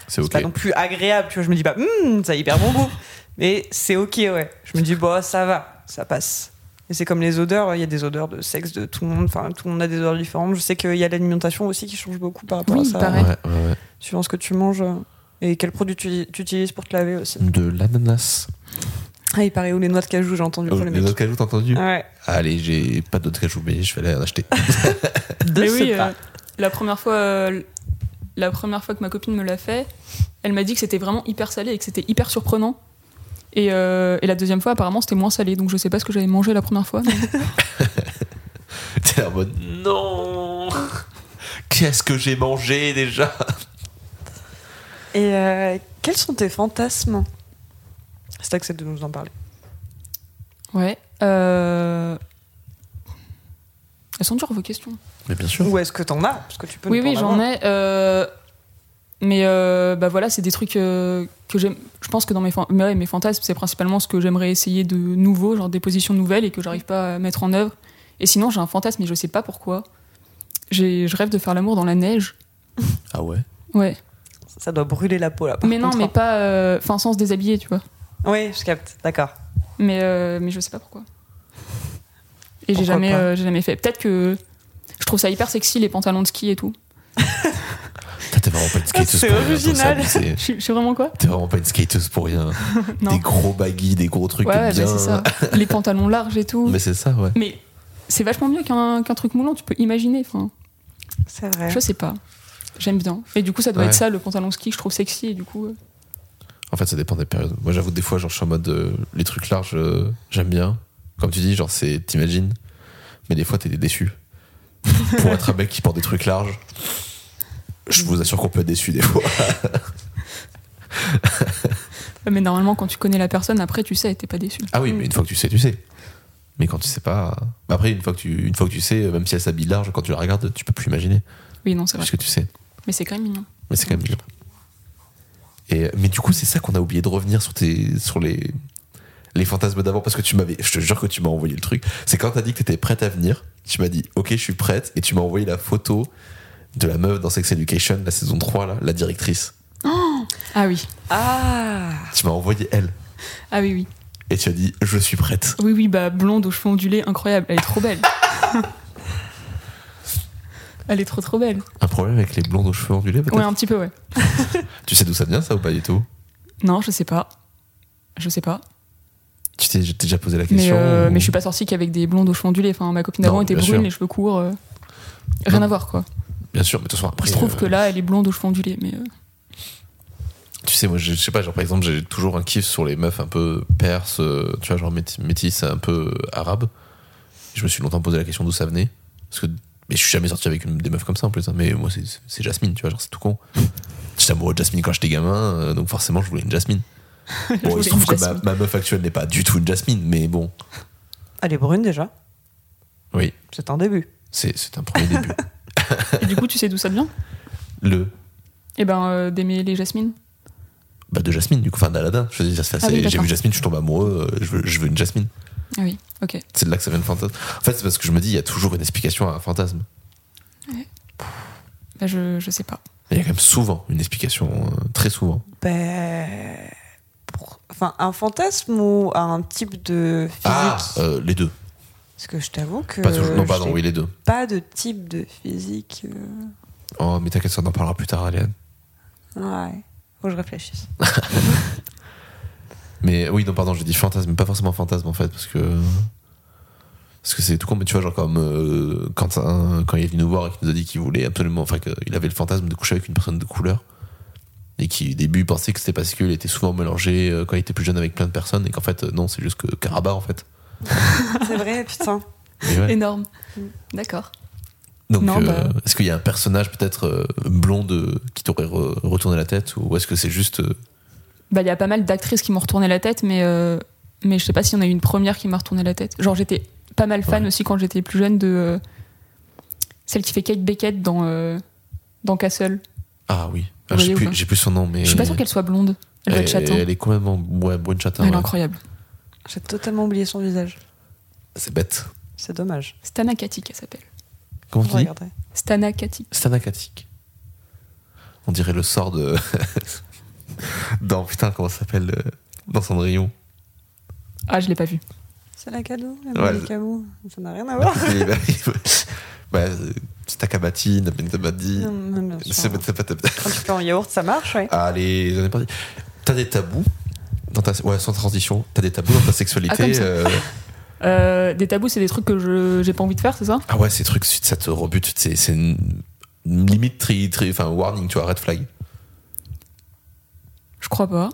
A: c'est
B: c'est
A: ok.
B: pas non plus agréable, tu vois. Je me dis pas, hum, ça a hyper bon goût, mais c'est ok, ouais. Je me dis, bon, ça va, ça passe. Et c'est comme les odeurs, il y a des odeurs de sexe de tout le monde, enfin tout le monde a des odeurs différentes. Je sais qu'il y a l'alimentation aussi qui change beaucoup par rapport
C: Oui,
B: à ça,
C: pareil.
A: Ouais, ouais, ouais.
B: suivant ce que tu manges euh, et quel produit tu, tu utilises pour te laver aussi.
A: De l'ananas.
B: Ah, il paraît où les noix de cajou, j'ai entendu pour
A: Oh,
B: les
A: Les
B: mecs.
A: autres Euh, cajou, t'as entendu
B: Ouais.
A: Allez, j'ai pas d'autres cajou, mais je vais aller en acheter.
C: Mais oui, euh, la première fois, euh, la première fois que ma copine me l'a fait, elle m'a dit que c'était vraiment hyper salé et que c'était hyper surprenant. Et, euh, et la deuxième fois, apparemment, c'était moins salé. Donc je sais pas ce que j'avais mangé la première fois. mais-
A: T'es en mode non Qu'est-ce que j'ai mangé déjà
B: Et euh, quels sont tes fantasmes Si t'acceptes de nous en parler.
C: ouais. euh, Elles sont dures vos questions.
A: Mais bien sûr.
B: Ou est-ce que t'en as Parce que tu peux
C: oui, oui, j'en ai. euh, Mais euh, bah voilà, c'est des trucs euh, que j'aime. Je pense que dans mes, fan- mais ouais, mes fantasmes, c'est principalement ce que j'aimerais essayer de nouveau, genre des positions nouvelles et que j'arrive pas à mettre en œuvre. Et sinon, j'ai un fantasme, mais je sais pas pourquoi. J'ai- Je rêve de faire l'amour dans la neige.
A: Ah ouais
C: Ouais.
B: Ça doit brûler la peau là. par
C: mais non,
B: contre,
C: mais pas. euh, Enfin, sans se déshabiller, tu vois.
B: hein. Oui, je capte, d'accord.
C: Mais, euh, mais je sais pas pourquoi. Et j'ai
B: Pourquoi
C: jamais,
B: pas
C: euh, j'ai jamais fait. Peut-être que je trouve ça hyper sexy, les pantalons de ski et tout.
A: Putain, T'es vraiment pas une
C: Ah,
A: skateuse
B: C'est
A: pour rien.
B: original.
A: ça, c'est abusé.
C: Je suis je suis vraiment quoi
A: T'es vraiment pas une skateuse pour rien.
C: Non.
A: Des gros baggy, des gros trucs
C: Ouais, ouais, bah,
A: bien.
C: c'est ça. Les pantalons larges et tout.
A: Mais c'est ça, ouais.
C: Mais c'est vachement mieux qu'un qu'un truc moulant, tu peux imaginer. Enfin,
B: C'est vrai.
C: je sais pas. J'aime bien. Et du coup, ça doit
A: Ouais.
C: être ça, le pantalon ski, que je trouve sexy. Et du coup, euh,
A: En fait, ça dépend des périodes. Moi, j'avoue, des fois, genre, je suis en mode euh, les trucs larges, euh, j'aime bien. Comme tu dis, genre, c'est t'imagines. Mais des fois, t'es déçu. Pour être un mec qui porte des trucs larges, je vous assure qu'on peut être déçu des fois.
C: mais normalement, quand tu connais la personne, après, tu sais, t'es pas déçu.
A: Ah oui, mais une fois que tu sais, tu sais. Mais quand tu sais pas. bah Après, une fois que tu, une fois que tu sais, même si elle s'habille large, quand tu la regardes, tu peux plus imaginer.
C: Oui, non, c'est vrai.
A: Parce que tu sais.
C: Mais c'est quand même mignon.
A: Mais c'est quand même bien. Et, mais du coup, c'est ça qu'on a oublié de revenir sur, tes, sur les, les fantasmes d'avant. Parce que tu m'avais. Je te jure que tu m'as envoyé le truc. C'est quand t'as dit que t'étais prête à venir, tu m'as dit Ok, je suis prête. Et tu m'as envoyé la photo de la meuf dans Sex Education, la saison 3, là, la directrice.
C: Ah oui,
B: Ah
A: Tu m'as envoyé elle.
C: ah oui, oui.
A: Et tu as dit Je suis prête.
C: Oui, oui, bah blonde aux cheveux ondulés, incroyable. Elle est trop belle. Elle est trop trop belle.
A: Un problème avec les blondes aux cheveux ondulés, peut-être
C: Ouais, un petit peu, ouais.
A: Tu sais d'où ça vient, ça, ou pas du tout
C: Non, je sais pas. Je sais pas.
A: Tu t'es t'es déjà posé la
C: Mais,
A: question
C: euh,
A: ou-
C: mais je suis pas sortie qu'avec des blondes aux cheveux ondulés. Enfin, ma copine
A: Non,
C: d'avant était
A: bien
C: brune,
A: sûr.
C: les cheveux courts. euh, Rien
A: Non.
C: à voir, quoi.
A: Bien sûr, mais de toute façon, après.
C: Il se trouve
A: euh,
C: que là, elle est blonde aux cheveux ondulés, mais euh,
A: Tu sais, moi, je, je sais pas, genre, par exemple, j'ai toujours un kiff sur les meufs un peu perses, euh, tu vois, genre métis, métisses, un peu euh, arabes. Je me suis longtemps posé la question d'où ça venait. Parce que. Mais je suis jamais sorti avec une, des meufs comme ça en plus. hein. Mais moi, c'est- c'est Jasmine, tu vois, genre, c'est tout con. J'étais amoureux de Jasmine quand j'étais gamin, euh, donc forcément, je voulais une Jasmine. Bon, il
C: voulais
A: se trouve
C: une
A: que ma,
C: Jasmine.
A: ma meuf actuelle n'est pas du tout une Jasmine, mais bon,
B: Elle est brune déjà,
A: oui,
B: c'est un début.
A: c'est c'est un premier début.
C: Et du coup, tu sais d'où ça vient
A: Le.
C: Eh ben, euh, d'aimer les jasmines.
A: Bah, de Jasmine, du coup, enfin d'Aladin. Je veux dire, ça,
C: Ah oui,
A: c'est- j'ai
C: d'accord.
A: vu Jasmine, je suis tombé amoureux, euh, je veux- je veux une Jasmine.
C: Ah oui, ok.
A: C'est de là que ça vient le fantasme. En fait, c'est parce que je me dis, il y a toujours une explication à un fantasme.
C: Bah, je, je sais pas.
A: Il y a quand même souvent une explication, euh, très souvent.
B: Ben. pour- Enfin, un fantasme ou un type de physique
A: Ah, euh, les deux.
B: Parce que je t'avoue que.
C: Euh,
A: Pas toujours. Non, pardon,
B: j'ai
A: oui, les deux.
B: pas de type de physique. euh,
A: Oh, mais t'inquiète, ça, on en parlera plus tard, Aléane.
B: Ouais. Faut que je réfléchisse.
A: Mais oui, non, pardon, j'ai dit fantasme, mais pas forcément fantasme en fait, parce que. Parce que c'est tout con, mais tu vois, genre comme euh, Quentin, quand il est venu nous voir et qu'il nous a dit qu'il voulait absolument. Enfin, qu'il avait le fantasme de coucher avec une personne de couleur. et qui au début pensait que c'était parce qu'il était souvent mélangé euh, quand il était plus jeune avec plein de personnes et qu'en fait euh, non c'est juste que Karabakh en fait.
B: C'est vrai, putain.
A: Mais ouais.
C: Énorme.
B: Mm.
C: D'accord.
A: Donc
C: Non,
A: euh,
C: bah-
A: est-ce qu'il y a un personnage peut-être euh, blond de- qui t'aurait re- retourné la tête ou est-ce que c'est juste euh,
C: Bah, il y a pas mal d'actrices qui m'ont retourné la tête, mais, euh, mais je sais pas s'il y en a eu une première qui m'a retourné la tête. Genre, j'étais pas mal fan
A: Ouais.
C: aussi quand j'étais plus jeune de euh, celle qui fait Kate Beckett dans, euh, dans Castle.
A: ah oui
C: Vous
A: Ah, j'ai
C: voyez ou
A: plus
C: pas
A: j'ai plus son nom mais
C: Je suis pas sûre qu'elle soit blonde. Elle doit être
A: elle,
C: châtain.
A: elle est complètement ouais bonne
C: Elle
A: châtain.
C: est
A: ouais.
C: incroyable.
B: J'ai totalement oublié son visage.
A: C'est bête.
B: C'est dommage.
C: Stana Katic, elle s'appelle.
A: Comment
B: Je
A: tu dis
B: regarderai.
C: Stana Katic.
A: Stanakatik. On dirait le sort de. dans, putain, comment ça s'appelle euh, Dans Cendrillon.
C: Ah, je l'ai pas vue.
B: C'est la cadeau,
A: Ouais,
B: la
A: c'est-
B: cabou. Ça n'a rien à voir.
A: bah, euh, Stakabati, Nabendabadi.
B: Non, non, bien sûr.
A: C'est- Ah. c'est pas- c'est pas-
B: Quand tu fais en yaourt, ça marche, ouais.
A: Allez, on est parti. T'as des tabous dans ta, ouais, sans transition, t'as des tabous dans ta
C: Ah, comme
A: sexualité.
C: ça.
A: euh,
C: Euh, des tabous, c'est des trucs que je j'ai pas envie de faire, c'est ça
A: ah ouais, ces trucs, ça te rebute, c'est c'est une- une limite tri, tri- enfin warning, tu vois, red flag.
C: Je crois pas.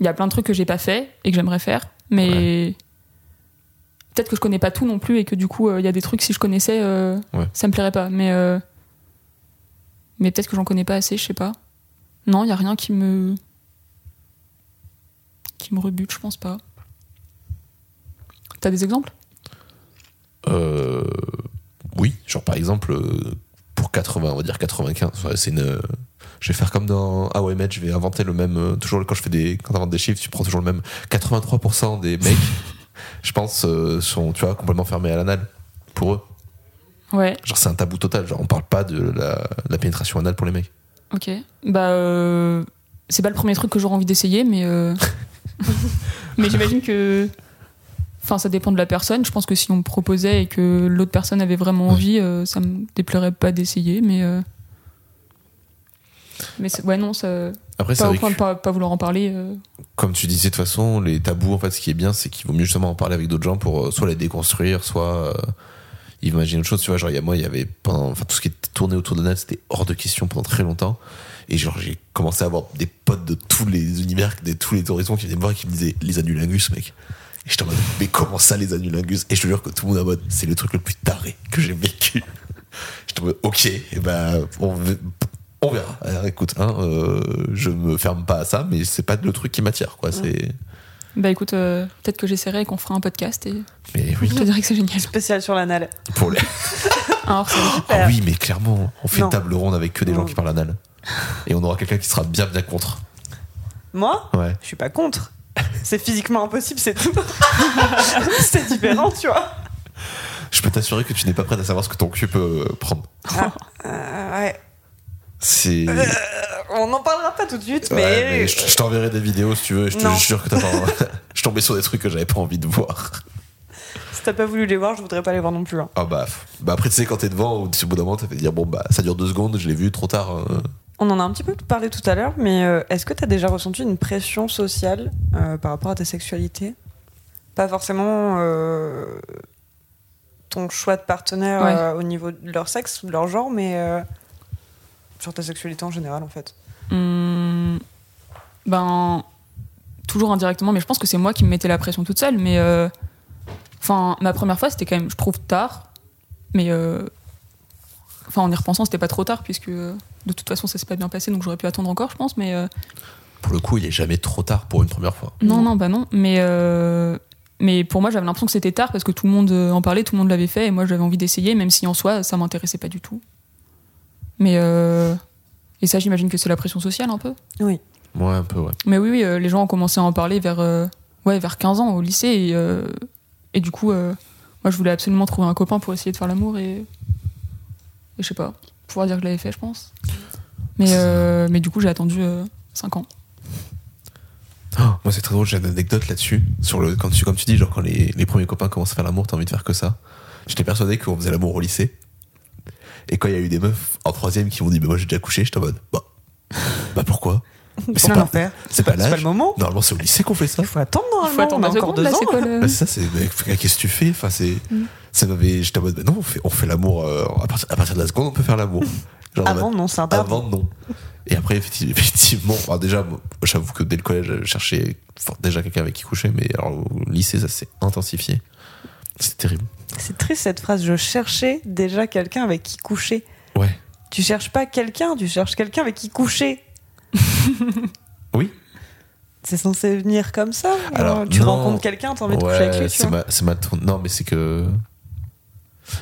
C: Il y a plein de trucs que j'ai pas fait et que j'aimerais faire, mais peut-être que je connais pas tout non plus et que du coup, euh, il y a des trucs si je connaissais, euh,
A: Ouais.
C: ça me plairait pas. Mais euh, mais peut-être que j'en connais pas assez, je sais pas. Non, il y a rien qui me qui me rebute, je pense pas. T'as des exemples
A: Euh, oui, genre par exemple, euh, pour 80, on va dire 95, ouais, c'est une. euh, Je vais faire comme dans Ah ouais, mec, je vais inventer le même. euh, Toujours quand je fais des, quand t'inventes des chiffres, tu prends toujours le même. 83% des mecs, je pense, euh, sont, tu vois, complètement fermés à l'anal. Pour eux,
C: Ouais,
A: genre c'est un tabou total. Genre on parle pas de la, la pénétration anale pour les mecs.
C: ok. Bah, euh, c'est pas le premier truc que j'aurais envie d'essayer, mais euh, mais j'imagine que, enfin, ça dépend de la personne. Je pense que si on me proposait et que l'autre personne avait vraiment
A: Ouais.
C: envie, euh, ça me déplairait pas d'essayer, mais euh, mais c'est- ouais non, ça,
A: Après, c'est
C: pas au
A: vrai
C: point
A: que,
C: de pas, pas vouloir en parler. euh.
A: comme tu disais de toute façon, les tabous, en fait, ce qui est bien, c'est qu'il vaut mieux justement en parler avec d'autres gens pour euh, soit les déconstruire, soit euh, imaginer autre chose. Tu vois, genre, il y a moi, il y avait pendant, enfin, tout ce qui tournait autour de Nat, c'était hors de question pendant très longtemps. Et genre, j'ai commencé à avoir des potes de tous les univers, de tous les horizons qui venaient me voir et qui me disaient les anulingus, mec. Et j'étais en mode, mais comment ça, les anulingus Et je te jure que tout le monde est en mode, c'est le truc le plus taré que j'ai vécu. J'étais en mode, ok, et ben, on, ve- on verra. Alors, écoute, hein, euh, je me ferme pas à ça, mais c'est pas le truc qui m'attire, quoi. C'est.
C: Bah écoute, euh, peut-être que j'essaierai et qu'on fera un podcast et
A: Mais oui,
C: je te dirai que c'est génial.
B: Spécial sur l'anal. Euh,
A: pour les.
C: Un hors-série.
A: Ah oui, mais clairement, on fait
B: Non.
A: table ronde avec que des gens
B: Non.
A: qui parlent anal. Et on aura quelqu'un qui sera bien, bien contre.
B: Moi,
A: Ouais.
B: je suis pas contre. C'est physiquement impossible, c'est tout. c'est différent, tu vois.
A: Je peux t'assurer que tu n'es pas prête à savoir ce que ton cul peut euh, prendre.
B: Euh, ouais.
A: C'est.
B: Euh, on n'en parlera pas tout de suite,
A: Ouais,
B: mais.
A: mais je, je t'enverrai des vidéos si tu veux. et Je te
B: Non.
A: jure que t'as pas- je tombais sur des trucs que j'avais pas envie de voir.
B: Si t'as pas voulu les voir, je voudrais pas les voir non plus. hein.
A: Ah bah, f- bah après tu sais quand t'es devant ou au bout d'un moment t'as fait dire bon bah ça dure deux secondes, je l'ai vu trop tard. euh.
B: On en a un petit peu parlé tout à l'heure, mais euh, est-ce que t'as déjà ressenti une pression sociale euh, par rapport à ta sexualité Pas forcément euh, ton choix de partenaire
C: Ouais.
B: euh, au niveau de leur sexe ou de leur genre, mais euh, sur ta sexualité en général, en fait.
C: Hum, ben, toujours indirectement, mais je pense que c'est moi qui me mettais la pression toute seule. Mais euh, enfin, ma première fois, c'était quand même, je trouve, tard. Mais euh, enfin, en y repensant, c'était pas trop tard puisque euh, de toute façon, ça s'est pas bien passé, donc j'aurais pu attendre encore, je pense. Mais euh,
A: Pour le coup, il est jamais trop tard pour une première fois.
C: non, non, bah non. Mais euh, mais pour moi, j'avais l'impression que c'était tard parce que tout le monde euh, en parlait, tout le monde l'avait fait, et moi, j'avais envie d'essayer, même si en soi, ça m'intéressait pas du tout. Mais euh, et ça, j'imagine que c'est la pression sociale un peu.
A: Moi un peu ouais.
C: Mais oui, oui, euh, les gens ont commencé à en parler vers, euh, ouais, vers 15 ans au lycée. Et, euh, et du coup, euh, moi, je voulais absolument trouver un copain pour essayer de faire l'amour. Et, et je sais pas, pouvoir dire que je l'avais fait, je pense. Mais, euh, mais du coup, j'ai attendu 5 ans.
A: Oh, moi c'est très drôle, j'ai une anecdote là-dessus. Sur le, quand tu, comme tu dis, genre quand les, les premiers copains commencent à faire l'amour, t'as envie de faire que ça. J'étais persuadé qu'on faisait l'amour au lycée. Et quand il y a eu des meufs en troisième qui m'ont dit, mais moi j'ai déjà couché, j'étais en mode, bah, bah pourquoi Mais c'est
B: Comment
A: pas,
B: faire
A: c'est pas
B: C'est pas le
A: l'âge.
B: moment.
A: Normalement c'est au lycée qu'on fait ça.
B: Il faut attendre
C: Il
B: normalement.
C: faut attendre
B: on a
C: un
B: encore
C: second,
B: deux
C: là, c'est
B: ans.
C: quoi le...
A: Bah, c'est ça, c'est mais qu'est-ce que tu fais Enfin, c'est. ça m'avait- J'étais en mode, bah non, on fait, on fait l'amour euh, à, partir, à partir de la seconde, on peut faire l'amour. Genre,
B: Avant, non, c'est interdit.
A: avant, non. Et après, effecti- effectivement, alors déjà, moi, j'avoue que dès le collège, je cherchais fort- déjà quelqu'un avec qui coucher, mais alors au lycée, ça s'est intensifié. C'est terrible.
B: C'est triste cette phrase. Je cherchais déjà quelqu'un avec qui coucher.
A: Ouais.
B: Tu cherches pas quelqu'un, tu cherches quelqu'un avec qui coucher.
A: Oui.
B: C'est censé venir comme ça. genre,
A: Alors,
B: tu
A: non.
B: rencontres quelqu'un, t'as envie de coucher avec lui. Tu
A: c'est
B: vois.
A: ma, c'est ma tourne- Non, mais c'est que.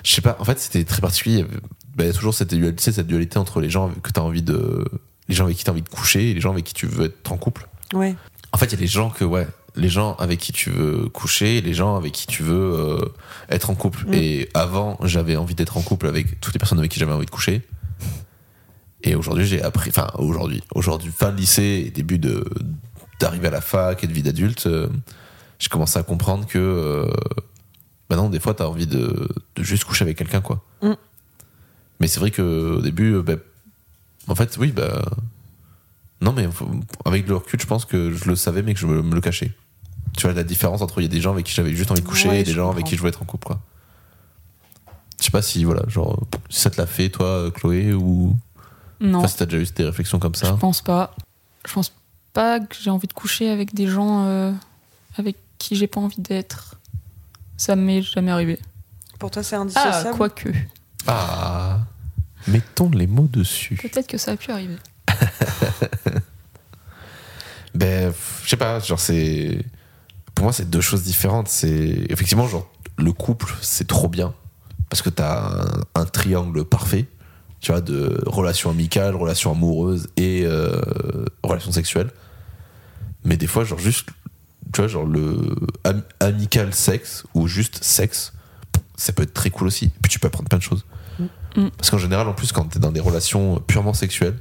A: Je sais pas, en fait, c'était très particulier. Il y avait- bah, il y a toujours cette dualité, cette dualité entre les gens avec- que t'as envie de. Les gens avec qui t'as envie de coucher et les gens avec qui tu veux être en couple.
B: Ouais.
A: En fait, il y a les gens que, ouais, les gens avec qui tu veux coucher, les gens avec qui tu veux euh, être en couple.
B: Mm.
A: Et avant, j'avais envie d'être en couple avec toutes les personnes avec qui j'avais envie de coucher. Et aujourd'hui, j'ai appris, enfin, aujourd'hui, aujourd'hui, fin de lycée et début de, d'arriver à la fac et de vie d'adulte, euh, j'ai commencé à comprendre que, euh, maintenant, des fois, t'as envie de, de juste coucher avec quelqu'un, quoi.
B: Mm.
A: Mais c'est vrai que, au début, euh, bah, en fait, oui, bah, non, mais faut- avec le recul, je pense que je le savais, mais que je me, me le cachais. Tu vois la différence entre il y a des gens avec qui j'avais juste envie de coucher
B: Ouais,
A: et des
B: je
A: gens avec
B: comprends.
A: qui je voulais être en couple, quoi. Je sais pas si, voilà, genre, si ça te l'a fait, toi, euh, Chloé, ou.
C: Non,
A: Enfin, si t'as déjà eu des réflexions comme
C: je
A: ça.
C: pense pas. Je pense pas que j'ai envie de coucher avec des gens euh, avec qui j'ai pas envie d'être. Ça m'est jamais arrivé.
B: Pour toi, c'est
C: Ah,
B: indissociable.
C: quoique.
A: Ah Mettons les mots dessus.
C: Peut-être que ça a pu arriver.
A: Ben, pff, je sais pas, genre, c'est. Pour moi, c'est deux choses différentes. C'est. Effectivement, genre, le couple, c'est trop bien. Parce que t'as un, un triangle parfait, tu vois, de relation amicale, relation amoureuse et euh, relation sexuelle. Mais des fois, genre, juste. Tu vois, genre, le am- amical sexe ou juste sexe, ça peut être très cool aussi. Puis tu peux apprendre plein de choses.
C: Mm.
A: Parce qu'en général, en plus, quand t'es dans des relations purement sexuelles,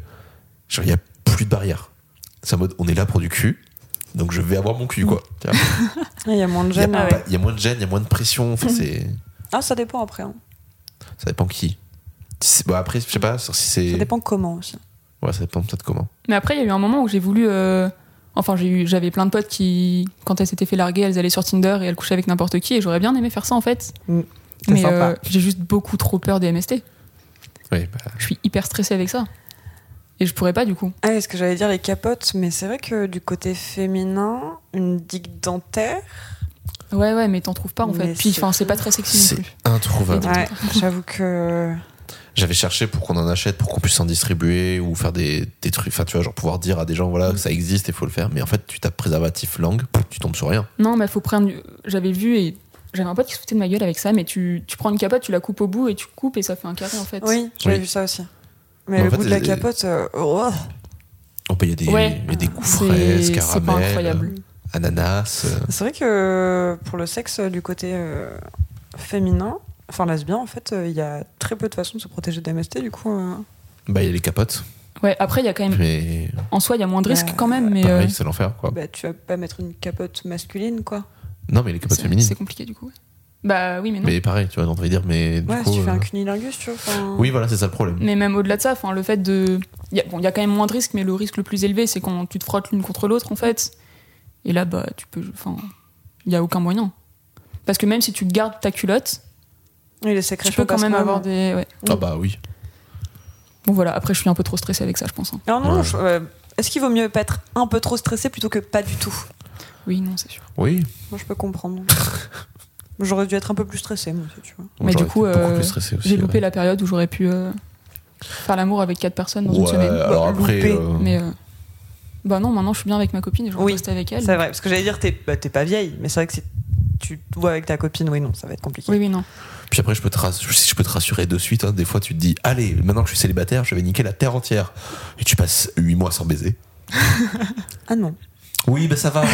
A: genre, il y a plus de barrières. C'est en mode, on est là pour du cul, donc je vais avoir mon cul, quoi.
C: Mmh.
A: Tu vois.
B: Il y a moins de
A: Il y, a
B: gêne. Ah,
A: pas- il y a moins de gêne, il y a moins de pression.
C: Mmh.
A: Enfin, c'est,
B: ça dépend après. hein.
A: ça dépend qui. C'est- bon, après, je sais pas sur si c'est.
B: Ça dépend comment aussi.
A: Ouais, ça dépend peut-être comment.
C: Mais après, il y a eu un moment où j'ai voulu. euh, Enfin, j'ai eu, j'avais plein de potes qui, quand elles s'étaient fait larguer, elles allaient sur Tinder et elles couchaient avec n'importe qui. Et j'aurais bien aimé faire ça en fait.
B: Mm, c'est
C: Mais
B: sympa.
C: euh, j'ai juste beaucoup trop peur des MST.
A: Oui, bah,
C: Je suis hyper stressée avec ça. Et je pourrais pas du coup.
B: Ah, est-ce que j'allais dire les capotes Mais c'est vrai que du côté féminin, une digue dentaire.
C: Ouais, ouais, mais t'en trouves pas en
B: Mais
C: fait. Puis
B: c'est
C: enfin, c'est pas très sexy
A: c'est
C: non plus.
A: introuvable.
B: Ouais, j'avoue que.
A: J'avais cherché pour qu'on en achète, pour qu'on puisse en distribuer ou faire des, des trucs. Enfin, tu vois, genre pouvoir dire à des gens, voilà,
C: Mmh.
A: que ça existe et faut le faire. Mais en fait, tu tapes préservatif langue, pouf, tu tombes sur rien.
C: Non, mais faut prendre. J'avais vu et j'avais un pote qui se foutait de ma gueule avec ça, mais tu, tu prends une capote, tu la coupes au bout et tu coupes et ça fait un carré en fait.
B: Oui, j'avais
A: Oui.
B: vu ça aussi. Mais
A: Mais en
B: le
A: fait,
B: bout de la
A: les-
B: capote. euh, oh.
A: On peut, il y a des,
C: Ouais.
A: il y a des coups
C: C'est-
A: fraises,
C: c'est pas
A: caramel,
C: incroyable.
A: ananas. euh,
B: C'est vrai que pour le sexe du côté euh, féminin, enfin lesbien en fait, euh, il y a très peu de façons de se protéger des MST du coup. euh,
A: Bah, il y a les capotes.
C: Ouais, après, il y a quand même.
A: Mais
C: En soi, il y a moins de risques
B: Ouais.
C: quand même, mais. euh,
A: pareil, c'est l'enfer, quoi.
B: bah, tu vas pas mettre une capote masculine quoi.
A: Non, mais les capotes
C: c'est
A: féminines.
C: c'est compliqué du coup. ouais. Bah oui, mais non.
A: Mais pareil, tu vois, on devrait dire, mais du
B: ouais,
A: coup.
B: si tu fais
A: euh,
B: un cunilingus, tu vois.
C: hein.
B: enfin,
A: Oui, voilà, c'est ça le problème.
C: Mais même au-delà de ça, enfin, le fait de. Il y, a, bon, il y a quand même moins de risques, mais le risque le plus élevé, c'est quand tu te frottes l'une contre l'autre, en fait. Et là, bah, tu peux. Enfin, il n'y a aucun moyen. Parce que même si tu gardes ta culotte,
B: oui, les secrets
C: tu peux quand
B: passent
C: même avoir des. ouais.
A: Ah bah oui.
C: Bon, voilà, après, je suis un peu trop stressée avec ça, je pense. hein.
B: Alors non,
A: Ouais.
B: je- euh, est-ce qu'il vaut mieux pas être un peu trop stressé plutôt que pas du tout
C: Oui, non, c'est sûr.
A: Oui.
B: Moi, je peux comprendre. J'aurais dû être un peu plus stressé, moi, si tu vois.
C: Mais
A: J'aurais
C: du coup,
A: été beaucoup
C: euh,
A: plus stressé aussi,
C: J'ai loupé
A: ouais.
C: la période où j'aurais pu euh, faire l'amour avec quatre personnes dans une
A: Ouais,
C: semaine.
A: alors
B: Bah,
A: après,
B: loupé,
A: euh,
C: Mais. euh, Bah non, maintenant, je suis bien avec ma copine et je
B: Oui,
C: reste avec elle.
B: C'est vrai, parce que j'allais dire, t'es bah, t'es pas vieille, mais c'est vrai que si tu te vois avec ta copine, oui, non, ça va être compliqué.
C: Oui, oui, non.
A: puis après, je peux te rass- si je peux te rassurer de suite, hein, des fois, tu te dis, allez, maintenant que je suis célibataire, je vais niquer la terre entière. Et tu passes 8 mois sans baiser.
B: Ah non.
A: Oui, bah ça va.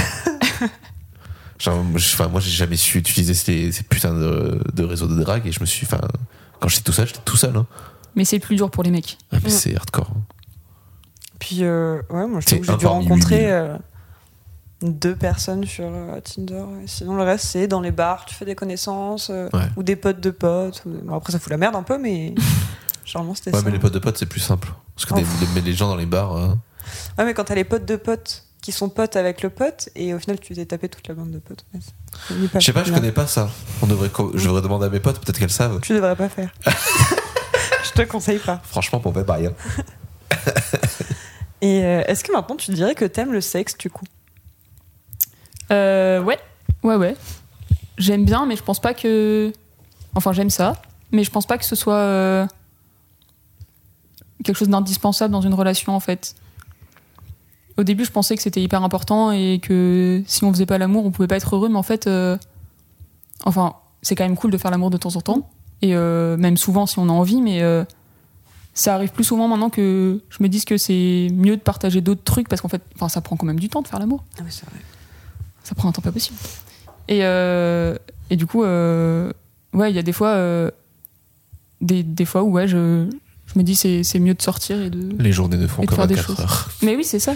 A: Genre, moi, je- enfin, moi, j'ai jamais su utiliser ces, ces putains de, de réseaux de drague et je me suis, enfin, quand j'étais tout seul, j'étais tout seul. hein.
C: Mais c'est le plus dur pour les mecs.
A: Ah, mais
B: Ouais.
A: c'est hardcore. hein.
B: Puis, euh, ouais, moi, je
A: T'es
B: trouve que j'ai dû
A: un parmi
B: rencontrer
A: huit
B: euh, deux personnes sur euh, Tinder. et Sinon, le reste, c'est dans les bars, tu fais des connaissances, euh,
A: Ouais.
B: ou des potes de potes. ou- bon, après, ça fout la merde un peu, mais généralement, c'était
A: Ouais,
B: ça.
A: mais les potes de potes, c'est plus simple. Parce que des- les, les gens dans les bars. euh,
B: Ouais, mais quand t'as les potes de potes qui sont potes avec le pote, et au final, tu t'es tapé toute la bande de potes. Ouais, c'est- oublie
A: Je sais pas, je
B: Non.
A: connais pas ça. On devrait, co- je devrais demander à mes potes, peut-être qu'elles savent.
B: Tu devrais pas faire. je te conseille pas.
A: Franchement, mauvais bail. hein.
B: Et euh, est-ce que maintenant tu dirais que t'aimes le sexe du coup
C: Euh, ouais, ouais, ouais. J'aime bien, mais je pense pas que. Enfin, j'aime ça, mais je pense pas que ce soit euh, quelque chose d'indispensable dans une relation en fait. Au début, je pensais que c'était hyper important et que si on faisait pas l'amour, on pouvait pas être heureux, mais en fait, euh, enfin, c'est quand même cool de faire l'amour de temps en temps et euh, même souvent si on a envie, mais euh, ça arrive plus souvent maintenant que je me dise que c'est mieux de partager d'autres trucs parce qu'en fait, enfin, ça prend quand même du temps de faire l'amour
B: Ah oui, c'est vrai.
C: ça prend un temps pas possible. Et, euh, et du coup, euh, ouais, il y a des fois, euh, des, des fois où ouais, je, je me dis c'est c'est mieux de sortir et de.
A: Les journées ne font
C: Et de
A: que
C: faire des
A: 24
C: choses.
A: heures.
C: Mais oui, c'est ça.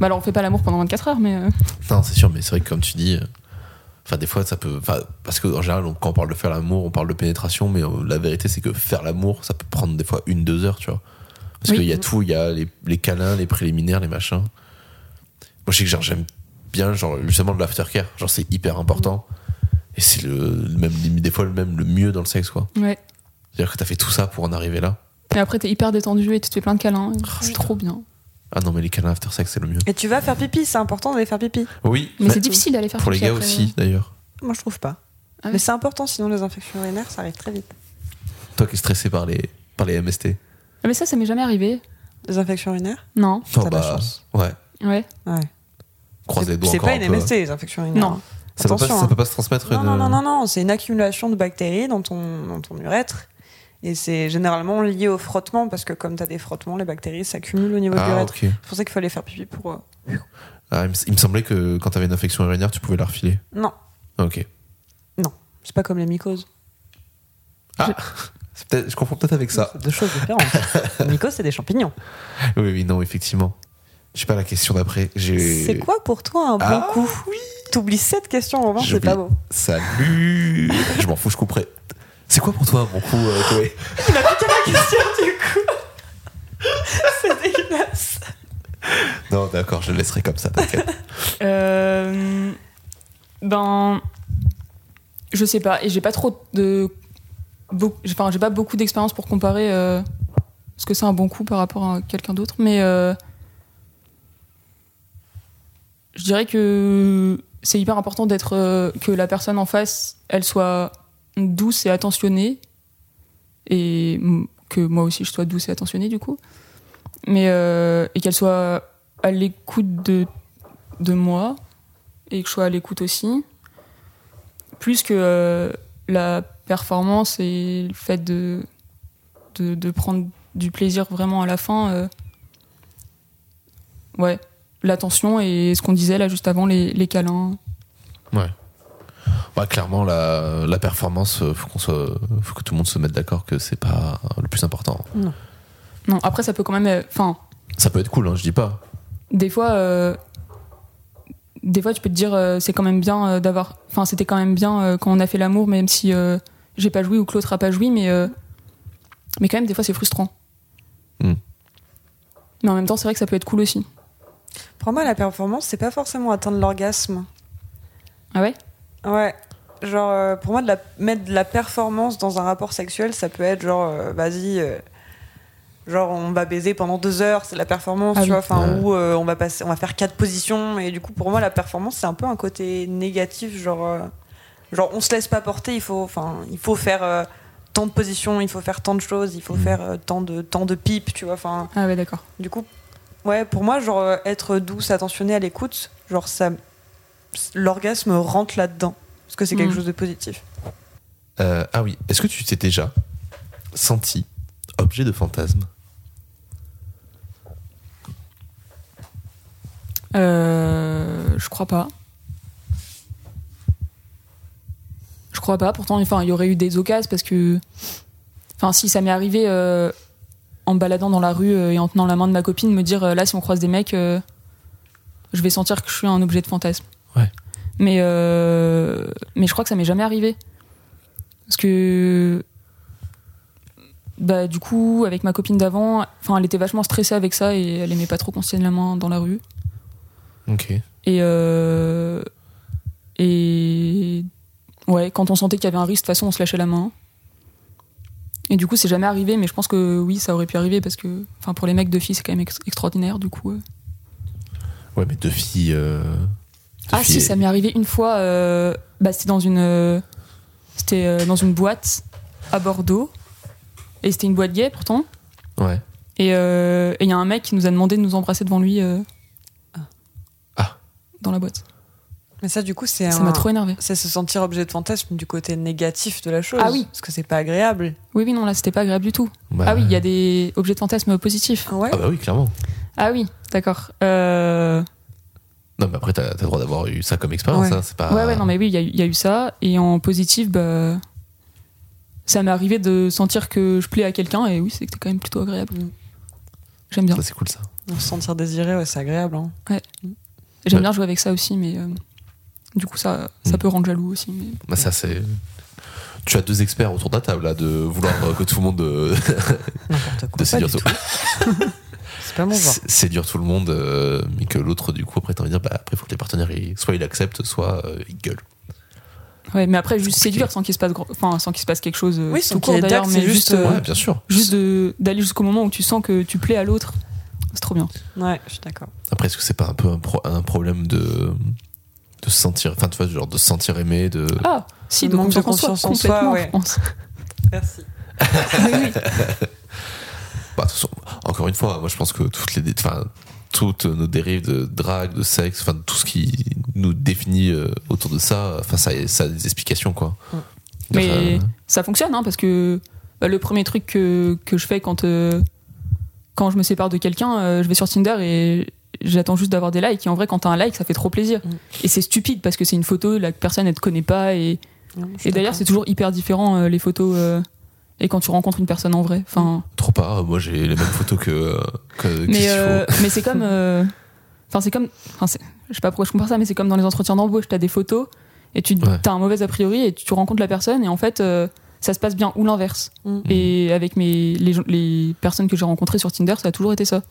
C: bah alors on fait pas l'amour pendant 24 heures, mais euh,
A: Non, c'est sûr, mais c'est vrai que comme tu dis, euh, enfin, des fois, ça peut. enfin, Parce que en général, on- quand on parle de faire l'amour, on parle de pénétration, mais euh, la vérité, c'est que faire l'amour, ça peut prendre des fois une, deux heures, tu vois. Parce
C: Oui.
A: qu'il y a tout, il y a les, les câlins, les préliminaires, les machins. Moi, je sais que genre, j'aime bien, genre, justement, de l'aftercare. Genre, c'est hyper important. Et c'est le, le même, des fois, le même, le mieux dans le sexe, quoi.
C: ouais.
A: C'est-à-dire que t'as fait tout ça pour en arriver là.
C: Et après t'es hyper détendu et tu te fais plein de câlins. et
A: Oh,
C: c'est trop bien.
A: Ah non, mais les câlins after sex, c'est le mieux.
B: Et tu vas faire pipi, c'est important d'aller faire pipi.
A: Oui,
C: Mais
A: mais
C: c'est difficile d'aller faire
A: pour les
C: pipi
A: gars
C: après, euh.
A: aussi, d'ailleurs.
B: Moi je trouve pas.
C: Ah oui.
B: Mais c'est important, sinon les infections urinaires ça arrive très vite.
A: Toi qui es stressé par les, par les MST.
C: euh. Mais ça, ça m'est jamais arrivé.
B: Les infections urinaires
C: Non.
B: T'as
A: Oh,
B: de la chance.
A: Ouais.
C: Ouais.
B: Ouais.
A: Croise les
B: C'est
A: doigts
B: c'est
A: encore
B: pas
A: un
B: une
A: peu.
B: MST les infections urinaires.
C: Non.
A: Ça peut, pas,
B: Attention,
A: ça
B: hein.
A: peut pas se transmettre
B: Non,
A: une-
B: non, non, non, non, c'est une accumulation de bactéries dans ton, dans ton urètre. Et c'est généralement lié au frottement, parce que comme tu as des frottements, les bactéries s'accumulent au niveau de
A: Ah,
B: l'urètre.
A: ok.
B: C'est pour ça qu'il fallait faire pipi pour. euh,
A: Ah, il, me, il me semblait que quand t'avais une infection urinaire, tu pouvais la refiler.
B: Non,
A: Ah, ok.
B: c'est pas comme les mycoses.
A: Ah c'est peut-être- Je comprends peut-être avec ça.
B: C'est deux choses différentes. les mycoses, c'est des champignons.
A: Oui, oui, non, effectivement. Je sais pas la question d'après. J'ai-
B: C'est quoi pour toi un bon
A: Ah,
B: coup T'oublies cette question, en revanche,
A: J'oublie.
B: c'est pas beau.
A: Salut Je m'en fous, je couperai. C'est quoi pour toi, mon coup, euh, Chloé
B: Il a piqué ma question, du coup. c'est dégueulasse.
A: Non, d'accord, je le laisserai comme ça, t'inquiète.
C: Euh, ben, je sais pas. Et j'ai pas trop de, beau- j'ai- enfin, j'ai pas beaucoup d'expérience pour comparer euh, ce que c'est un bon coup par rapport à quelqu'un d'autre. Mais euh, je dirais que c'est hyper important d'être euh, que la personne en face, elle soit douce et attentionnée, et m- que moi aussi je sois douce et attentionnée du coup, mais euh, et qu'elle soit à l'écoute de de moi et que je sois à l'écoute aussi, plus que euh, la performance et le fait de, de, de prendre du plaisir vraiment à la fin, euh, ouais, l'attention et ce qu'on disait là juste avant, les, les câlins.
A: Ouais, Bah, clairement, la, la performance, euh, faut, qu'on soit, faut que tout le monde se mette d'accord que c'est pas le plus important.
C: Non, après ça peut quand même, euh, enfin,
A: Ça peut être cool, hein, je dis pas.
C: des fois, euh, des fois tu peux te dire euh, c'est quand même bien euh, d'avoir, enfin c'était quand même bien euh, quand on a fait l'amour, même si euh, j'ai pas joui ou que l'autre a pas joui, mais euh, mais quand même des fois c'est frustrant.
A: Hmm.
C: Mais en même temps c'est vrai que ça peut être cool aussi.
B: Pour moi, la performance, c'est pas forcément atteindre l'orgasme.
C: Ah ouais.
B: Ouais. Genre, euh, pour moi, de la, mettre de la performance dans un rapport sexuel, ça peut être genre, euh, vas-y, euh, genre, on va baiser pendant deux heures, c'est de la performance,
C: Ah
B: tu
C: oui.
B: vois, enfin,
A: Ouais.
B: ou euh, on, va passer, on va faire quatre positions, et du coup, pour moi, la performance, c'est un peu un côté négatif, genre, euh, genre on se laisse pas porter, il faut, enfin, il faut faire euh, tant de positions, il faut faire tant de choses, il faut
A: Mhm.
B: faire euh, tant, de, tant de pipes, tu vois, enfin,
C: Ah ouais d'accord.
B: du coup, ouais, pour moi, genre, euh, être douce, attentionnée à l'écoute, genre, ça. L'orgasme rentre là-dedans. Parce que c'est quelque
C: Mm.
B: chose de positif.
A: Euh, ah oui, est-ce que tu t'es déjà senti objet de fantasme
C: Euh, je crois pas. Je crois pas. Pourtant, enfin, il y aurait eu des occasions parce que, enfin, si ça m'est arrivé euh, en me baladant dans la rue euh, et en tenant la main de ma copine, me dire euh, là, si on croise des mecs, euh, je vais sentir que je suis un objet de fantasme.
A: Ouais.
C: Mais euh, mais je crois que ça m'est jamais arrivé parce que. Bah, du coup, avec ma copine d'avant, enfin, elle était vachement stressée avec ça et elle aimait pas trop qu'on se tienne la main dans la rue.
A: Ok.
C: Et, euh, et ouais, quand on sentait qu'il y avait un risque, de toute façon, on se lâchait la main. Et du coup, c'est jamais arrivé, mais je pense que oui, ça aurait pu arriver parce que, enfin, pour les mecs, deux filles, c'est quand même ex- extraordinaire, du coup. euh.
A: Ouais, mais deux filles. euh, deux
C: Ah si,
A: filles-
C: ça m'est arrivé une fois. euh, bah, c'était dans une, euh, c'était euh, dans une boîte à Bordeaux, et c'était une boîte gay pourtant.
A: Ouais.
C: Et euh, et il y a un mec qui nous a demandé de nous embrasser devant lui. euh,
A: Ah.
C: Dans la boîte.
B: Mais ça, du coup, c'est
C: Ça
B: un-
C: m'a trop énervé.
B: C'est se sentir objet de fantasme du côté négatif de la chose.
C: Ah oui.
B: Parce que c'est pas agréable.
C: Oui, oui, non, là, c'était pas agréable du tout.
A: Bah,
C: Ah oui, il y a des objets de fantasme positifs.
B: Ah ouais.
A: Ah bah oui, clairement.
C: Ah oui, d'accord. Euh,
A: Non, mais après, t'as t'as le droit d'avoir eu ça comme expérience,
B: Ouais.
A: hein, c'est pas.
C: Ouais, ouais, non, mais oui, il y, a eu- il y a eu ça. Et en positif, bah, ça m'est arrivé de sentir que je plais à quelqu'un. Et oui, c'était quand même plutôt agréable.
B: Mm.
C: J'aime bien.
A: Ça, c'est cool ça.
B: On bah. se sentir désiré, ouais, c'est agréable. hein.
C: J'aime
A: Ouais.
C: bien jouer avec ça aussi, mais euh, du coup, ça, ça
A: Mm.
C: peut rendre jaloux aussi. mais-
A: Bah, ça, c'est. Tu as deux experts autour de la table, là, de vouloir euh, que tout le monde euh,
B: N'importe quoi.
A: de
B: pas
A: séduire,
B: du
A: tout.
B: tout. C'est pas mon genre.
A: sé- séduire tout le monde, euh, mais que l'autre, du coup, après, t'as envie de dire, bah, après, faut que les partenaires, ils- soit ils acceptent, soit euh, ils gueulent.
C: Ouais, mais après, juste
A: compliqué.
C: séduire sans qu'il se passe, gros- enfin, sans qu'il se passe quelque chose. euh,
B: Oui,
C: tout
B: sans qu'il
C: court,
B: y ait
C: d'ailleurs,
B: d'acte,
C: mais
B: c'est juste,
C: juste, euh,
B: euh,
A: Ouais, bien sûr.
C: juste de- d'aller jusqu'au moment où tu sens que tu plais à l'autre. C'est trop bien.
B: Ouais, je suis d'accord.
A: Après, est-ce que c'est pas un peu un, pro- un problème de. de se sentir. Enfin, tu vois, genre de se sentir aimé, de.
C: Ah, si,
B: Le
C: donc
B: manque de
C: confiance en soi,
B: confiance en soi,
C: complètement,
B: ouais.
C: je pense.
B: Merci.
C: Oui, oui.
A: Bah, de toute façon, encore une fois, moi je pense que toutes les, dé- enfin, toutes nos dérives de drague, de sexe, enfin tout ce qui nous définit euh, autour de ça, enfin ça, ça a des explications quoi.
B: Mm.
C: Mais
A: Enfin,
C: ça fonctionne, hein, parce que bah, le premier truc que, que je fais quand, euh, quand je me sépare de quelqu'un, euh, je vais sur Tinder et j'attends juste d'avoir des likes. Et en vrai, quand t'as un like, ça fait trop plaisir.
B: Mm.
C: Et c'est stupide parce que c'est une photo, la personne, elle te connaît pas. Et, et d'ailleurs, c'est toujours hyper différent, euh, les photos. euh, et quand tu rencontres une personne en vrai. Enfin,
A: trop pas. euh, Moi j'ai les mêmes photos que euh, que. que
C: mais
A: Sifo.
C: euh, mais c'est comme. euh, Enfin, c'est comme. Enfin, c'est- je sais pas pourquoi je compare ça, mais c'est comme dans les entretiens d'embauche. T'as des photos et tu
A: Ouais.
C: as un mauvais a priori et tu rencontres la personne et en fait, euh, ça se passe bien ou l'inverse.
B: Mm.
C: Et avec mes, les, gens- les personnes que j'ai rencontrées sur Tinder, ça a toujours été ça.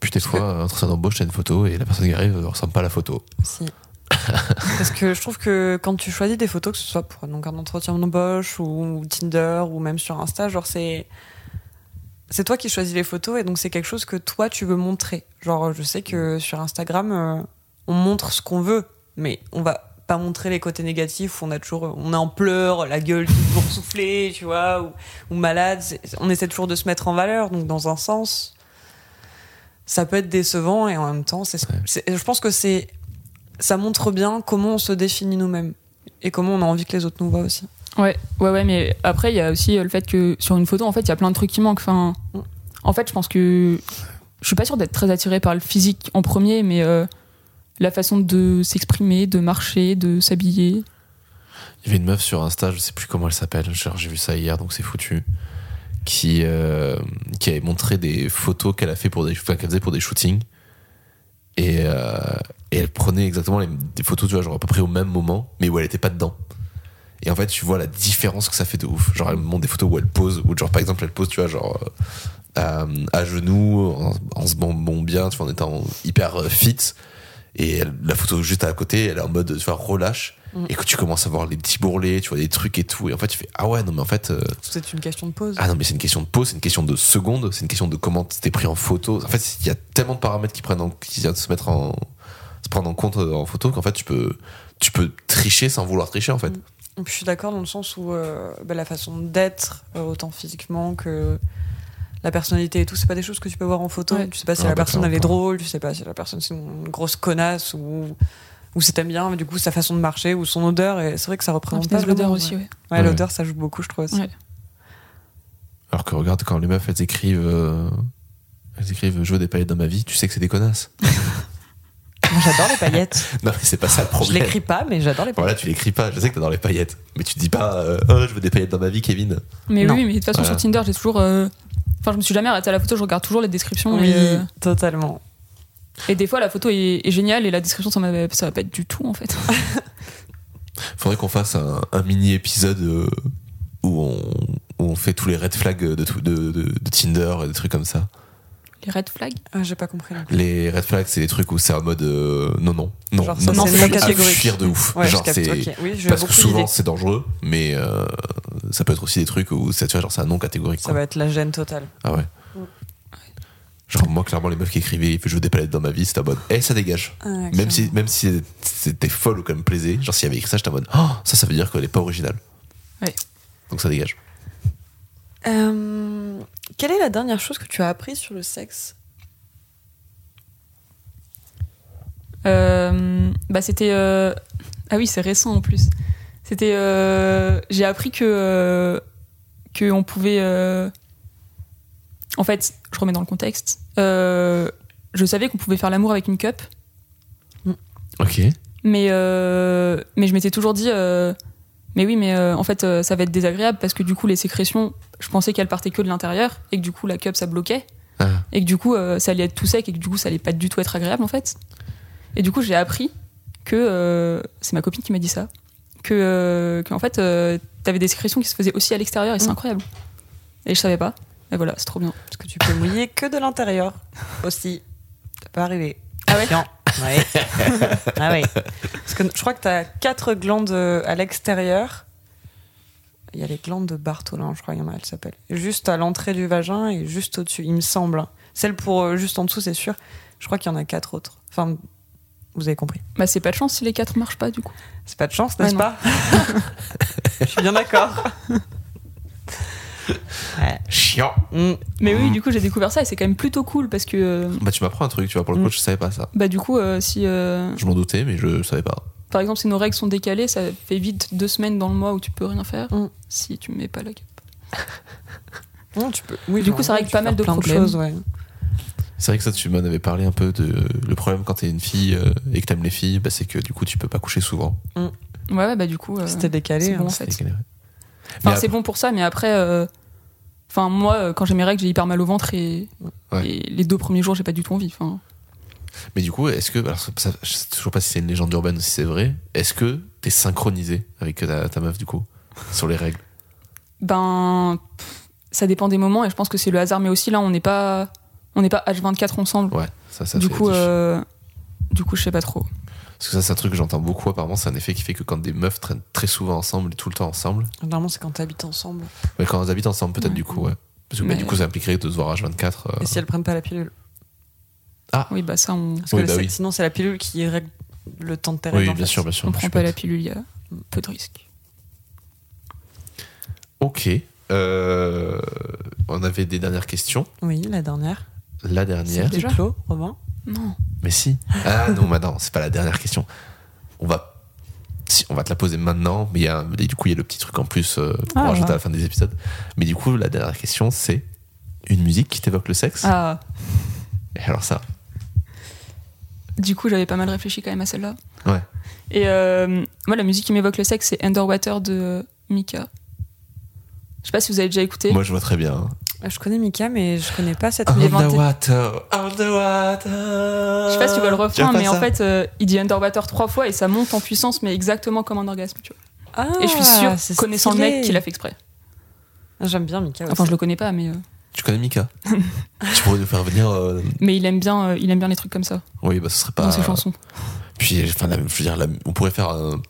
A: Puis des fois, euh, entretien d'embauche, t'as une photo et la personne qui arrive ne ressemble pas à la photo.
B: Si. Parce que je trouve que quand tu choisis des photos, que ce soit pour donc, un entretien d'embauche ou Tinder ou même sur Insta, genre c'est. C'est toi qui choisis les photos et donc c'est quelque chose que toi tu veux montrer. Genre je sais que sur Instagram euh, on montre ce qu'on veut, mais on va pas montrer les côtés négatifs où on a toujours on est en pleurs, la gueule toute boursouflée, tu vois, ou, ou malade. C'est- On essaie toujours de se mettre en valeur, donc dans un sens ça peut être décevant et en même temps c'est,
A: Ouais.
B: c'est- je pense que c'est ça montre bien comment on se définit nous-mêmes et comment on a envie que les autres nous voient aussi.
C: Ouais, ouais, ouais, mais après, il y a aussi euh, le fait que sur une photo, en fait, il y a plein de trucs qui manquent. Enfin,
B: Mm.
C: en fait, je pense que. Je suis pas sûre d'être très attirée par le physique en premier, mais euh, la façon de s'exprimer, de marcher, de s'habiller.
A: Il y avait une meuf sur Insta, je sais plus comment elle s'appelle, genre j'ai vu ça hier donc c'est foutu, qui, euh, qui avait montré des photos qu'elle a fait pour des, enfin, qu'elle faisait pour des shootings. Et, euh, et elle prenait exactement les, des photos, tu vois, genre à peu près au même moment, mais où elle était pas dedans. Et en fait, tu vois la différence que ça fait de ouf. Genre, elle me montre des photos où elle pose, ou genre, par exemple, elle pose, tu vois, genre, euh, à, à genoux, en, en se bonbon bien, tu vois, en étant hyper euh, fit. Et elle- la photo juste à côté, elle est en mode, tu vois, relâche.
B: Mm.
A: Et que tu commences à voir les petits bourrelets, tu vois, des trucs et tout. Et en fait, tu fais, ah ouais, non, mais en fait, euh,
B: C'est une question de pause.
A: ah non, mais c'est une question de pause, c'est une question de seconde, c'est une question de comment t'es pris en photo. En fait, il y a tellement de paramètres qui prennent, en- qui viennent se mettre en, se prendre en compte euh, en photo qu'en fait, tu peux, tu peux tricher sans vouloir tricher, en fait.
B: Mm. Je suis d'accord dans le sens où euh, bah, la façon d'être, euh, autant physiquement que la personnalité et tout, c'est pas des choses que tu peux voir en photo.
C: Ouais.
B: Tu sais pas si
A: Ah,
B: la
A: bah,
B: personne elle
A: clairement
B: est
A: pas.
B: drôle, tu sais pas si la personne c'est une grosse connasse ou ou c'est t'aimes bien, mais du coup sa façon de marcher ou son odeur. Et c'est vrai Ah, que ça
C: Enfin,
B: représente pas
C: punaise, l'odeur
B: vraiment,
C: aussi,
B: Ouais,
C: ouais.
B: Ouais,
A: Ouais.
B: l'odeur ça joue beaucoup, je trouve aussi.
C: Ouais.
A: Alors que regarde, quand les meufs, elles écrivent, euh, elles écrivent, je veux des paillettes dans ma vie, tu sais que c'est des connasses.
B: Moi, J'adore les paillettes.
A: Non, mais c'est pas ça le
B: je
A: problème.
B: l'écris pas, mais j'adore les paillettes.
A: Voilà, tu l'écris pas, je sais que t'adores les paillettes. Mais tu dis pas, euh, oh, je veux des paillettes dans ma vie, Kevin.
C: Mais
B: Non.
C: oui, mais de toute façon,
A: Voilà.
C: sur Tinder, j'ai toujours. euh, Enfin, je me suis jamais arrêtée à la photo, je regarde toujours les descriptions.
B: Oui,
C: Et, euh,
B: totalement.
C: et des fois, la photo est, est géniale et la description, ça, m'a- ça va pas être du tout, en fait.
A: Faudrait qu'on fasse un, un mini épisode euh, où on, où on fait tous les red flags de, tout- de, de, de Tinder et des trucs comme ça.
C: les red flags.
B: Ah, j'ai pas compris. non plus.
A: Les red flags, c'est des trucs où c'est en mode euh, non, non, non,
B: Genre, ça,
A: non, non,
B: c'est
A: fuir-
B: non
A: à
B: catégorique.
A: fuir de ouf.
B: Ouais,
A: Genre,
B: je capte.
A: c'est-
B: ok. Oui, j'ai
A: Parce que
B: beaucoup
A: souvent
B: d'idées.
A: c'est dangereux, mais euh, ça peut être aussi des trucs où ça, tu vois, genre, c'est un non catégorique.
B: Ça
A: quoi.
B: va Mm. être la gêne totale.
A: Ah ouais.
B: Ouais.
A: Genre, moi, clairement, les meufs qui écrivaient, je veux des palettes dans ma vie, c'était en mode, eh, ça dégage.
B: Ah,
A: Même si, même si c'était folle ou quand même plaisé, genre, s'il y avait écrit ça, j'étais en mode, oh, ça, ça veut dire qu'elle est pas originale.
C: Ouais.
A: Donc, ça dégage.
B: Euh, quelle est la dernière chose que tu as appris sur le sexe
C: Euh, bah c'était euh, ah oui c'est récent en plus c'était euh, j'ai appris que euh, que on pouvait euh, en fait je remets dans le contexte Euh, je savais qu'on pouvait faire l'amour avec une cup
A: Ok.
C: mais euh, mais je m'étais toujours dit euh, mais oui mais euh, en fait euh, ça va être désagréable parce que du coup les sécrétions je pensais qu'elles partaient que de l'intérieur et que du coup la cup ça bloquait
A: Ah.
C: et que du coup euh, ça allait être tout sec et que du coup ça allait pas du tout être agréable en fait et du coup j'ai appris que euh, c'est ma copine qui m'a dit ça que euh, qu'en fait euh, t'avais des sécrétions qui se faisaient aussi à l'extérieur et c'est
B: Mm.
C: incroyable et je savais pas et voilà c'est trop bien
B: Parce que tu peux mouiller que de l'intérieur aussi. T'as pas arrivé.
C: Ah ouais
B: Chiant. Ouais. ah ouais. Parce que je crois que t'as quatre glandes euh, à l'extérieur. Il y a les glandes de Bartholin, je crois qu'il y en a, elles s'appellent. Juste à l'entrée du vagin et juste au-dessus, il me semble. Celle pour euh, juste en dessous, c'est sûr. Je crois qu'il y en a quatre autres. Enfin, vous avez compris.
C: bah c'est pas de chance si les quatre marchent pas du coup
B: C'est pas de chance,
C: Ouais,
B: n'est-ce
C: non.
B: pas Je suis bien d'accord. Ouais.
A: Chiant.
B: Mm.
C: mais oui du coup j'ai découvert ça et c'est quand même plutôt cool parce que euh,
A: Bah, tu m'apprends un truc, tu vois, pour le coup,
B: Mm.
A: je savais pas ça.
C: bah du coup euh, si euh,
A: Je m'en doutais, mais je savais pas.
C: par exemple si nos règles sont décalées ça fait vite deux semaines dans le mois où tu peux rien faire
B: Mm.
C: si tu mets pas la cup
B: Non, tu peux. Oui,
C: Du coup, ça
B: oui,
C: règle
B: tu
C: pas
B: peux
C: mal
B: faire
C: de
B: plein
C: problèmes.
B: choses, ouais.
A: C'est vrai que ça, tu m'en avais parlé un peu de le problème quand t'es une fille euh, et que t'aimes les filles, bah, c'est que du coup, tu peux pas coucher souvent.
C: ouais ouais bah du coup euh,
B: C'était décalé.
C: c'est bon
B: hein.
C: en fait
A: C'est galère.
C: Enfin,
A: Mais
C: c'est bon pour ça, mais après, euh, enfin, moi, euh, quand j'ai mes règles, j'ai hyper mal au ventre et,
A: Ouais.
C: et les deux premiers jours, j'ai pas du tout envie. Enfin,
A: Mais du coup, est-ce que. Alors, ça- ça- je sais toujours pas si c'est une légende urbaine ou si c'est vrai. Est-ce que t'es synchronisé avec ta, ta meuf, du coup, sur les règles
C: ben, pff, ça dépend des moments et je pense que c'est le hasard, mais aussi là, on n'est pas, on n'est pas H24 ensemble.
A: Ouais, ça, ça
C: du
A: c'est-
C: coup, euh, du coup, je sais pas trop.
A: Parce que ça, c'est un truc que j'entends beaucoup. Apparemment, c'est un effet qui fait que quand des meufs traînent très souvent ensemble et tout le temps ensemble,
B: Normalement, c'est quand t'habites ensemble.
A: mais quand elles habitent ensemble, peut-être,
C: Ouais.
A: du coup, ouais. Parce que bah,
C: Mhm. Mais-
A: du coup, ça impliquerait de se voir H24. euh,
B: Et si elles prennent pas la pilule
C: Oui, bah ça, on,
B: Parce que
A: Oui,
B: le
A: bah
B: sexe,
A: oui.
B: sinon, c'est la pilule qui règle le temps de tes
A: Oui,
B: règles, en
A: bien
B: fait.
A: sûr, bien sûr.
C: on
A: je
C: prend
A: suis
C: pas
A: bête.
C: la pilule, il y a peu de risques.
A: Ok. Euh, on avait des dernières questions.
B: Oui, la dernière.
A: La
B: C'est
A: dernière.
B: le
C: Déjà
B: diplôme, Robin.
C: Non.
A: Mais si. Ah non, bah non, c'est pas la dernière question. On va, si, on va te la poser maintenant, mais il y a, un- et du coup, il y a le petit truc en plus euh, qu'on
B: Ah,
A: rajoute à
B: ouais.
A: la fin des épisodes. Mais du coup, la dernière question, c'est une musique qui t'évoque le sexe.
C: Ah,
A: Et alors ça,
C: du coup, j'avais pas mal réfléchi quand même à celle-là.
A: Ouais.
C: Et euh, moi, la musique qui m'évoque le sexe, c'est Underwater de euh, Mika. Je sais pas si vous avez déjà écouté.
A: moi je vois très bien. hein.
B: Euh, Je connais Mika, mais je connais pas
A: Ah,
B: cette musique.
A: bah Underwater, underwater.
C: Je sais pas si tu vois
A: Tu
C: le
A: vois
C: refrain,
A: pas
C: mais en
A: ça
C: fait, euh, il dit Underwater trois fois et ça monte en puissance, mais exactement comme un orgasme, tu vois.
B: Ah,
C: Et je suis
B: c'est
C: sûre, connaissant le mec,
B: stylé. Ah,
C: qu'il a fait exprès.
B: J'aime bien Mika.
C: Enfin, je
B: aussi.
C: le connais pas, mais, euh,
A: Tu connais Mika Tu pourrais nous faire venir. euh,
C: mais il, aime bien, euh, il aime bien les trucs comme ça,
A: Oui, bah ce serait pas.
C: dans ses chansons.
A: Puis, enfin, la- je veux dire, la- on pourrait faire un,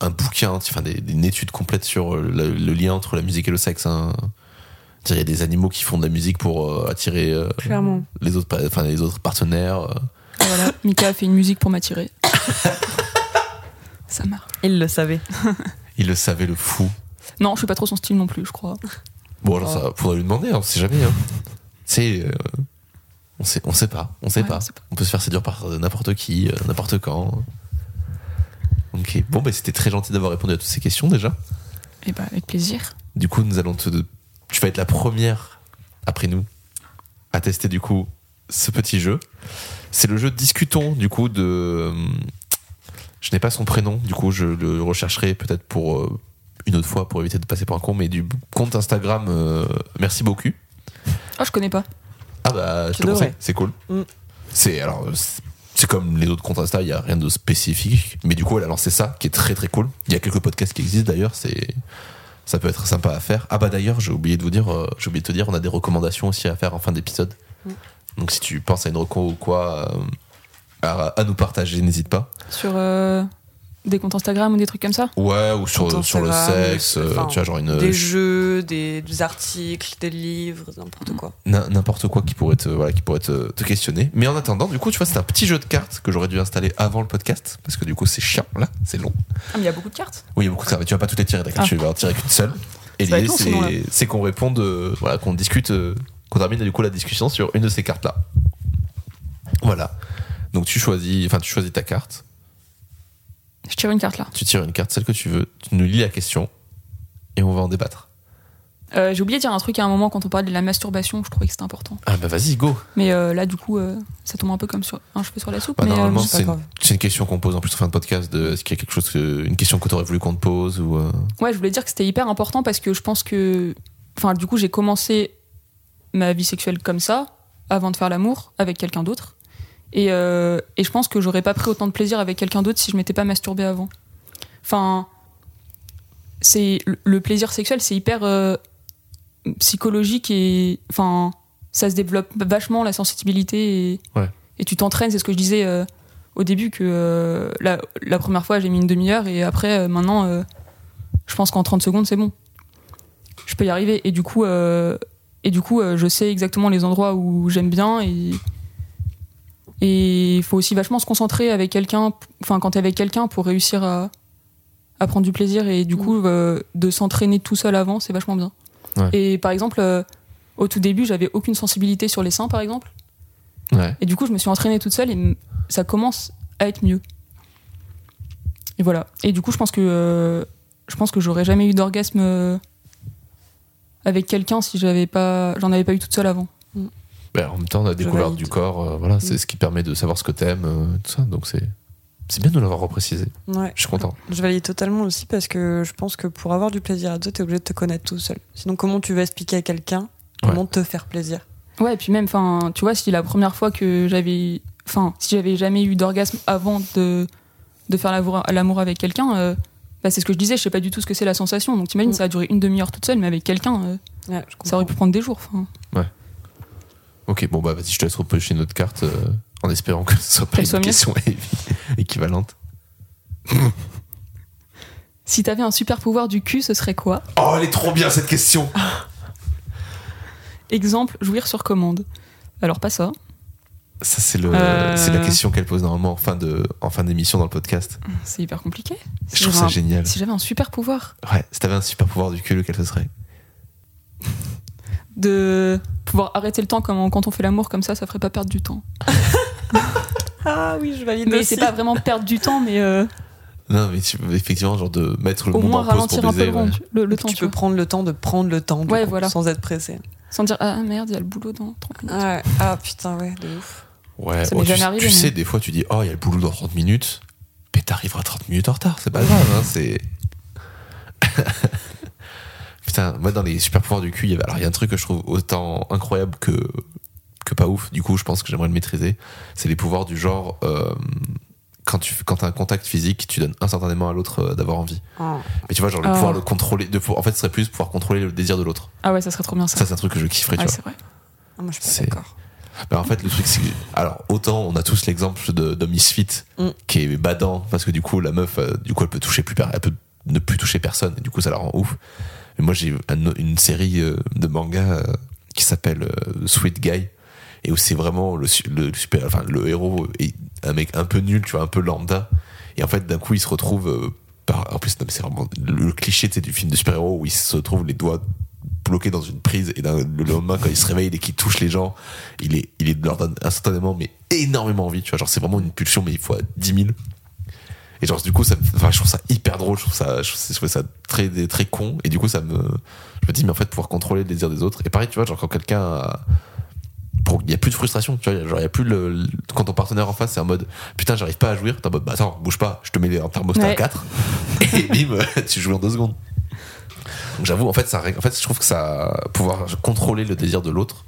A: un bouquin, enfin, des, des- une étude complète sur euh, le, le lien entre la musique et le sexe. hein. Je veux dire, Il y a des animaux qui font de la musique pour euh, attirer euh,
B: Clairement.
A: les, autres, pa- enfin, les autres partenaires. euh.
C: Et voilà, Mika a fait une musique pour m'attirer. ça marche.
B: Il le savait.
A: Il le savait, le fou.
C: Non, je suis pas trop son style non plus, je crois.
A: Bon, alors,
B: Oh.
A: ça, faudrait lui demander, hein, on sait jamais. hein. Tu sais, euh, on, sait, on sait pas, on sait
C: Ouais,
A: pas.
C: on sait pas.
A: On peut se faire séduire par euh, n'importe qui, euh, n'importe quand. Ok, bon, bah, c'était très gentil d'avoir répondu à toutes ces questions déjà.
C: Et bah, avec plaisir.
A: Du coup, nous allons te. Tu vas être la première, après nous, à tester du coup ce petit jeu. C'est le jeu Discutons, du coup, de. euh, Je n'ai pas son prénom, du coup, je le rechercherai peut-être pour euh, une autre fois pour éviter de passer pour un con, mais du compte Instagram, euh, merci beaucoup.
C: Oh, je connais pas.
A: Ah bah, je
B: Tu
A: te conseille,
B: devrais.
A: c'est cool.
B: Mm.
A: C'est alors. c'est- C'est comme les autres comptes Insta, il n'y a rien de spécifique. Mais du coup, elle a lancé ça, qui est très très cool. Il y a quelques podcasts qui existent d'ailleurs, c'est ça peut être sympa à faire. Ah bah d'ailleurs, j'ai oublié de vous dire, euh, j'ai oublié de te dire, on a des recommandations aussi à faire en fin d'épisode.
B: Mm.
A: Donc si tu penses à une reco ou quoi euh, à, à nous partager, n'hésite pas.
C: Sur euh, Des comptes Instagram ou des trucs comme ça
A: Ouais, ou sur,
B: Compte
A: sur le
B: Instagram,
A: sexe,
B: enfin,
A: euh, tu vois, genre une.
B: Des jeux, des, des articles, des livres, n'importe quoi.
A: N- n'importe quoi qui pourrait te voilà qui pourrait te, te questionner mais en attendant du coup tu vois c'est un petit jeu de cartes que j'aurais dû installer avant le podcast parce que du coup c'est chiant là c'est long
C: Ah, mais il y a beaucoup de cartes.
A: oui il y a beaucoup de ça mais tu vas pas toutes les tirer d'accord
C: Ah.
A: tu vas en tirer qu'une seule et
C: Ça va être
A: l'idée
C: long, sinon, là.
A: c'est c'est qu'on réponde euh, voilà qu'on discute euh, qu'on termine du coup la discussion sur une de ces cartes là voilà donc tu choisis enfin tu choisis ta carte
C: Je tire une carte là.
A: tu tires une carte celle que tu veux tu nous lis la question et on va en débattre
C: Euh, J'ai oublié de dire un truc à un moment quand on parlait de la masturbation, je trouvais que c'était important.
A: ah bah vas-y go
C: Mais euh, là, du coup, euh, ça tombe un peu comme sur un cheveu sur la soupe.
A: Bah,
C: mais, euh,
A: normalement,
B: c'est pas
A: c'est une,
B: grave.
A: c'est une question qu'on pose en plus en fin de podcast. De, est-ce qu'il y a quelque chose, que- une question que t'aurais voulu qu'on te pose ou euh,
C: Ouais, je voulais dire que c'était hyper important parce que je pense que. Enfin, du coup, j'ai commencé ma vie sexuelle comme ça, avant de faire l'amour avec quelqu'un d'autre. Et, euh, et je pense que j'aurais pas pris autant de plaisir avec quelqu'un d'autre si je m'étais pas masturbée avant. Enfin, c'est le- le plaisir sexuel, c'est hyper euh, psychologique et enfin, ça se développe vachement la sensibilité et,
A: Ouais.
C: et tu t'entraînes. C'est ce que je disais euh, au début que euh, la, la première fois j'ai mis une demi-heure et après euh, maintenant euh, je pense qu'en 30 secondes c'est bon. Je peux y arriver et du coup euh, et du coup euh, je sais exactement les endroits où j'aime bien et et il faut aussi vachement se concentrer avec quelqu'un p- enfin quand t'es avec quelqu'un pour réussir à à prendre du plaisir et du coup euh, de s'entraîner tout seul avant c'est vachement bien.
A: Ouais.
C: Et par exemple euh, au tout début j'avais aucune sensibilité sur les seins par exemple
A: Ouais.
C: et du coup, je me suis entraînée toute seule et m- ça commence à être mieux. Et voilà. Et du coup, je pense que euh, je pense que j'aurais jamais eu d'orgasme euh, avec quelqu'un si j'avais pas j'en avais pas eu toute seule avant.
A: Bah, En même temps, on a découvert
B: valide.
A: du corps. euh, voilà,
C: Mm.
A: c'est ce qui permet de savoir ce que t'aimes, euh, tout ça. Donc c'est c'est bien de nous l'avoir reprécisé.
B: Ouais.
A: Je suis content.
B: Je valide totalement aussi parce que je pense que pour avoir du plaisir à deux, t'es obligé de te connaître tout seul. Sinon, comment tu vas expliquer à quelqu'un comment te faire plaisir
C: Ouais, et puis même enfin, tu vois, si la première fois que j'avais enfin, si j'avais jamais eu d'orgasme avant de de faire l'amour- l'amour avec quelqu'un, euh, bah, c'est ce que je disais, je sais pas du tout ce que c'est la sensation. Donc t'imagines,
B: Mm.
C: ça a duré une demi-heure toute seule, mais avec quelqu'un, euh,
B: Ouais, je comprends.
C: ça aurait pu prendre des jours. enfin.
A: Ok, bon bah vas-y, je te laisse repêcher notre carte euh, en espérant que ce soit pas
C: Qu'elle
A: une
C: soit mieux.
A: question équivalente.
C: Si t'avais un super pouvoir du cul, ce serait quoi
A: Oh, elle est trop bien cette question.
C: Exemple, jouir sur commande. Alors pas ça.
A: Ça c'est le,
C: Euh.
A: c'est la question qu'elle pose normalement en fin de, en fin d'émission dans le podcast.
C: C'est hyper compliqué. Si
A: Je trouve
C: j'avais
A: ça
C: un-
A: génial.
C: Si j'avais un super pouvoir
A: Ouais, si t'avais un super pouvoir du cul, lequel ce serait
C: de pouvoir arrêter le temps comme on- quand on fait l'amour comme ça, ça ferait pas perdre du temps.
B: Ah oui, je valide
C: Mais
B: aussi.
C: Eh ben, c'est pas vraiment perdre du temps, mais euh,
A: Non, mais tu- effectivement, genre de mettre le
C: au
A: monde
C: moins
A: en pause pour
C: ralentir un peu
A: baiser.
C: le, rond-
A: ouais.
C: le- le
B: Et
C: temps.
B: puis, tu
C: tu
B: peux
C: vois.
B: prendre le temps de prendre le temps du
C: Ouais,
B: coup,
C: voilà.
B: sans être pressé.
C: Sans dire ah merde, il y a le boulot dans 30 minutes.
B: Ah, ah, putain, ouais, de ouf.
A: Ouais,
C: Ça
A: oh,
C: m'est
A: tu,
C: jamais arrivé,
A: tu
C: mais-
A: sais, des fois tu dis, oh, il y a le boulot dans 30 minutes, mais t'arriveras 30 minutes en retard, c'est pas grave, hein, c'est. Putain, moi dans les super pouvoirs du cul, il y avait. Alors, il y a un truc que je trouve autant incroyable que, que pas ouf, du coup, je pense que j'aimerais le maîtriser. C'est les pouvoirs du genre, euh, quand tu quand as un contact physique, tu donnes instantanément à l'autre euh, d'avoir envie.
B: Ah.
A: Mais tu vois, genre, le
C: Ah.
A: pouvoir le contrôler, de, en fait, ce serait plus pouvoir contrôler le désir de l'autre.
C: Ah ouais, ça serait trop bien ça.
A: Ça, c'est un truc que je kifferais, tu
C: Ouais,
A: vois.
C: c'est vrai.
B: Ah, moi, je suis
A: C'est-
B: pas d'accord.
A: Ben, en fait, le truc, c'est que. Alors, autant on a tous l'exemple de, de Misfit,
B: Mm.
A: qui est badant, parce que du coup, la meuf, euh, du coup, elle peut toucher plus per- elle peut ne plus toucher personne, et du coup, ça la rend ouf. Mais moi, j'ai un- une série euh, de manga euh, qui s'appelle euh, Sweet Guy, et où c'est vraiment le, su- le super. Enfin, le héros est un mec un peu nul, tu vois, un peu lambda. Et en fait, d'un coup, il se retrouve. euh, par, en plus, non, mais c'est vraiment le cliché tu sais, du film de super-héros où il se trouve les doigts bloqués dans une prise et d'un- le lendemain quand il se réveille et qu'il touche les gens il est, il est leur donne instantanément mais énormément envie tu vois genre c'est vraiment une pulsion mais il faut à 10 000 et genre du coup ça me- enfin, je trouve ça hyper drôle je trouve ça je, trouve- je trouve ça très très con et du coup ça me je me dis mais en fait pouvoir contrôler le désir des autres et pareil tu vois genre quand quelqu'un a- pour- il y a plus de frustration tu vois genre il y a plus le, le- quand ton partenaire en face c'est en mode putain j'arrive pas à jouir t'es en mode bah attends bouge pas je te mets un thermostat à
C: Ouais.
A: 4 et bim tu joues en deux secondes donc j'avoue en fait ça règle- en fait je trouve que ça pouvoir contrôler le désir de l'autre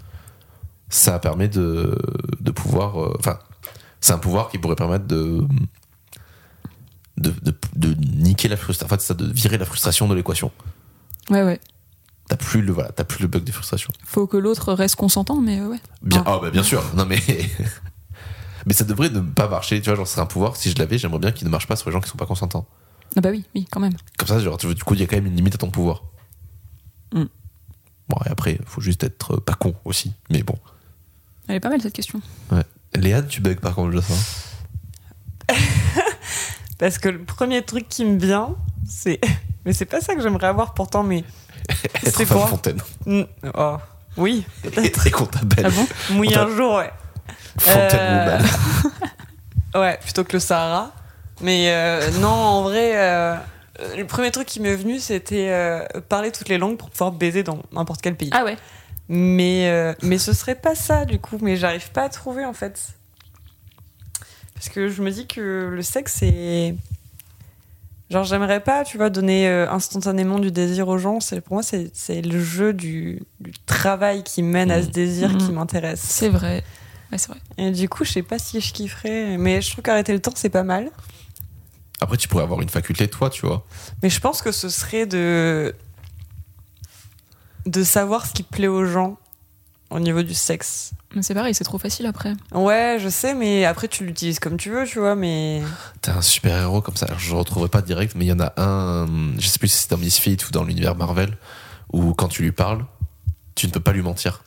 A: ça permet de, de pouvoir. euh, Enfin, c'est un pouvoir qui pourrait permettre de. de, de, de niquer la frustration. En fait, ça, de virer la frustration de l'équation.
C: Ouais, ouais.
A: T'as plus, le- voilà, t'as plus le bug des frustrations.
C: Faut que l'autre reste consentant, mais euh, ouais.
A: Bien,
B: Ah.
A: ah, bah bien sûr. Non mais. Mais ça devrait ne pas marcher, tu vois, genre, c'est un pouvoir. Si je l'avais, j'aimerais bien qu'il ne marche pas sur les gens qui sont pas consentants.
C: Ah bah oui, oui, quand même.
A: Comme ça, genre, tu vois, du coup, il y a quand même une limite à ton pouvoir.
C: Hmm.
A: Bon, et après, faut juste être euh, pas con aussi. Mais bon.
C: Elle est pas mal cette question.
A: Léa, tu bugs par contre, je sens.
B: Parce que le premier truc qui me vient, c'est. Mais c'est pas ça que j'aimerais avoir pourtant, mais.
A: Être
B: C'est
A: femme
B: quoi
A: fontaine.
B: Mm, Oh, oui,
A: Et très qu'on t'appelle
B: Euh,
C: Ah bon
B: mouiller un jour, ouais.
A: Fontaine
B: Euh,
A: Woman.
B: Ouais, plutôt que le Sahara. Mais euh, non, en vrai, euh, le premier truc qui m'est venu, c'était euh, parler toutes les langues pour pouvoir baiser dans n'importe quel pays.
C: Ah ouais.
B: Mais, euh, mais ce serait pas ça, du coup. Mais j'arrive pas à trouver, en fait. Parce que je me dis que le sexe, c'est. Genre, j'aimerais pas, tu vois, donner euh, instantanément du désir aux gens. C'est- Pour moi, c'est c'est le jeu du, du travail qui mène à ce désir
C: Mmh.
B: qui m'intéresse.
C: C'est vrai. Ouais, c'est vrai.
B: Et du coup, je sais pas si je kifferais. Mais je trouve qu'arrêter le temps, c'est pas mal.
A: Après, tu pourrais avoir une faculté, toi, tu vois.
B: Mais je pense que ce serait de de savoir ce qui plaît aux gens au niveau du sexe.
C: Mais c'est pareil, c'est trop facile après.
B: Ouais, je sais, mais après tu l'utilises comme tu veux, tu vois, mais
A: T'as un super héros comme ça. Alors, je retrouverai pas direct, mais il y en a un. euh, Je sais plus si c'est dans Misfit ou dans l'univers Marvel, où quand tu lui parles, tu ne peux pas lui mentir.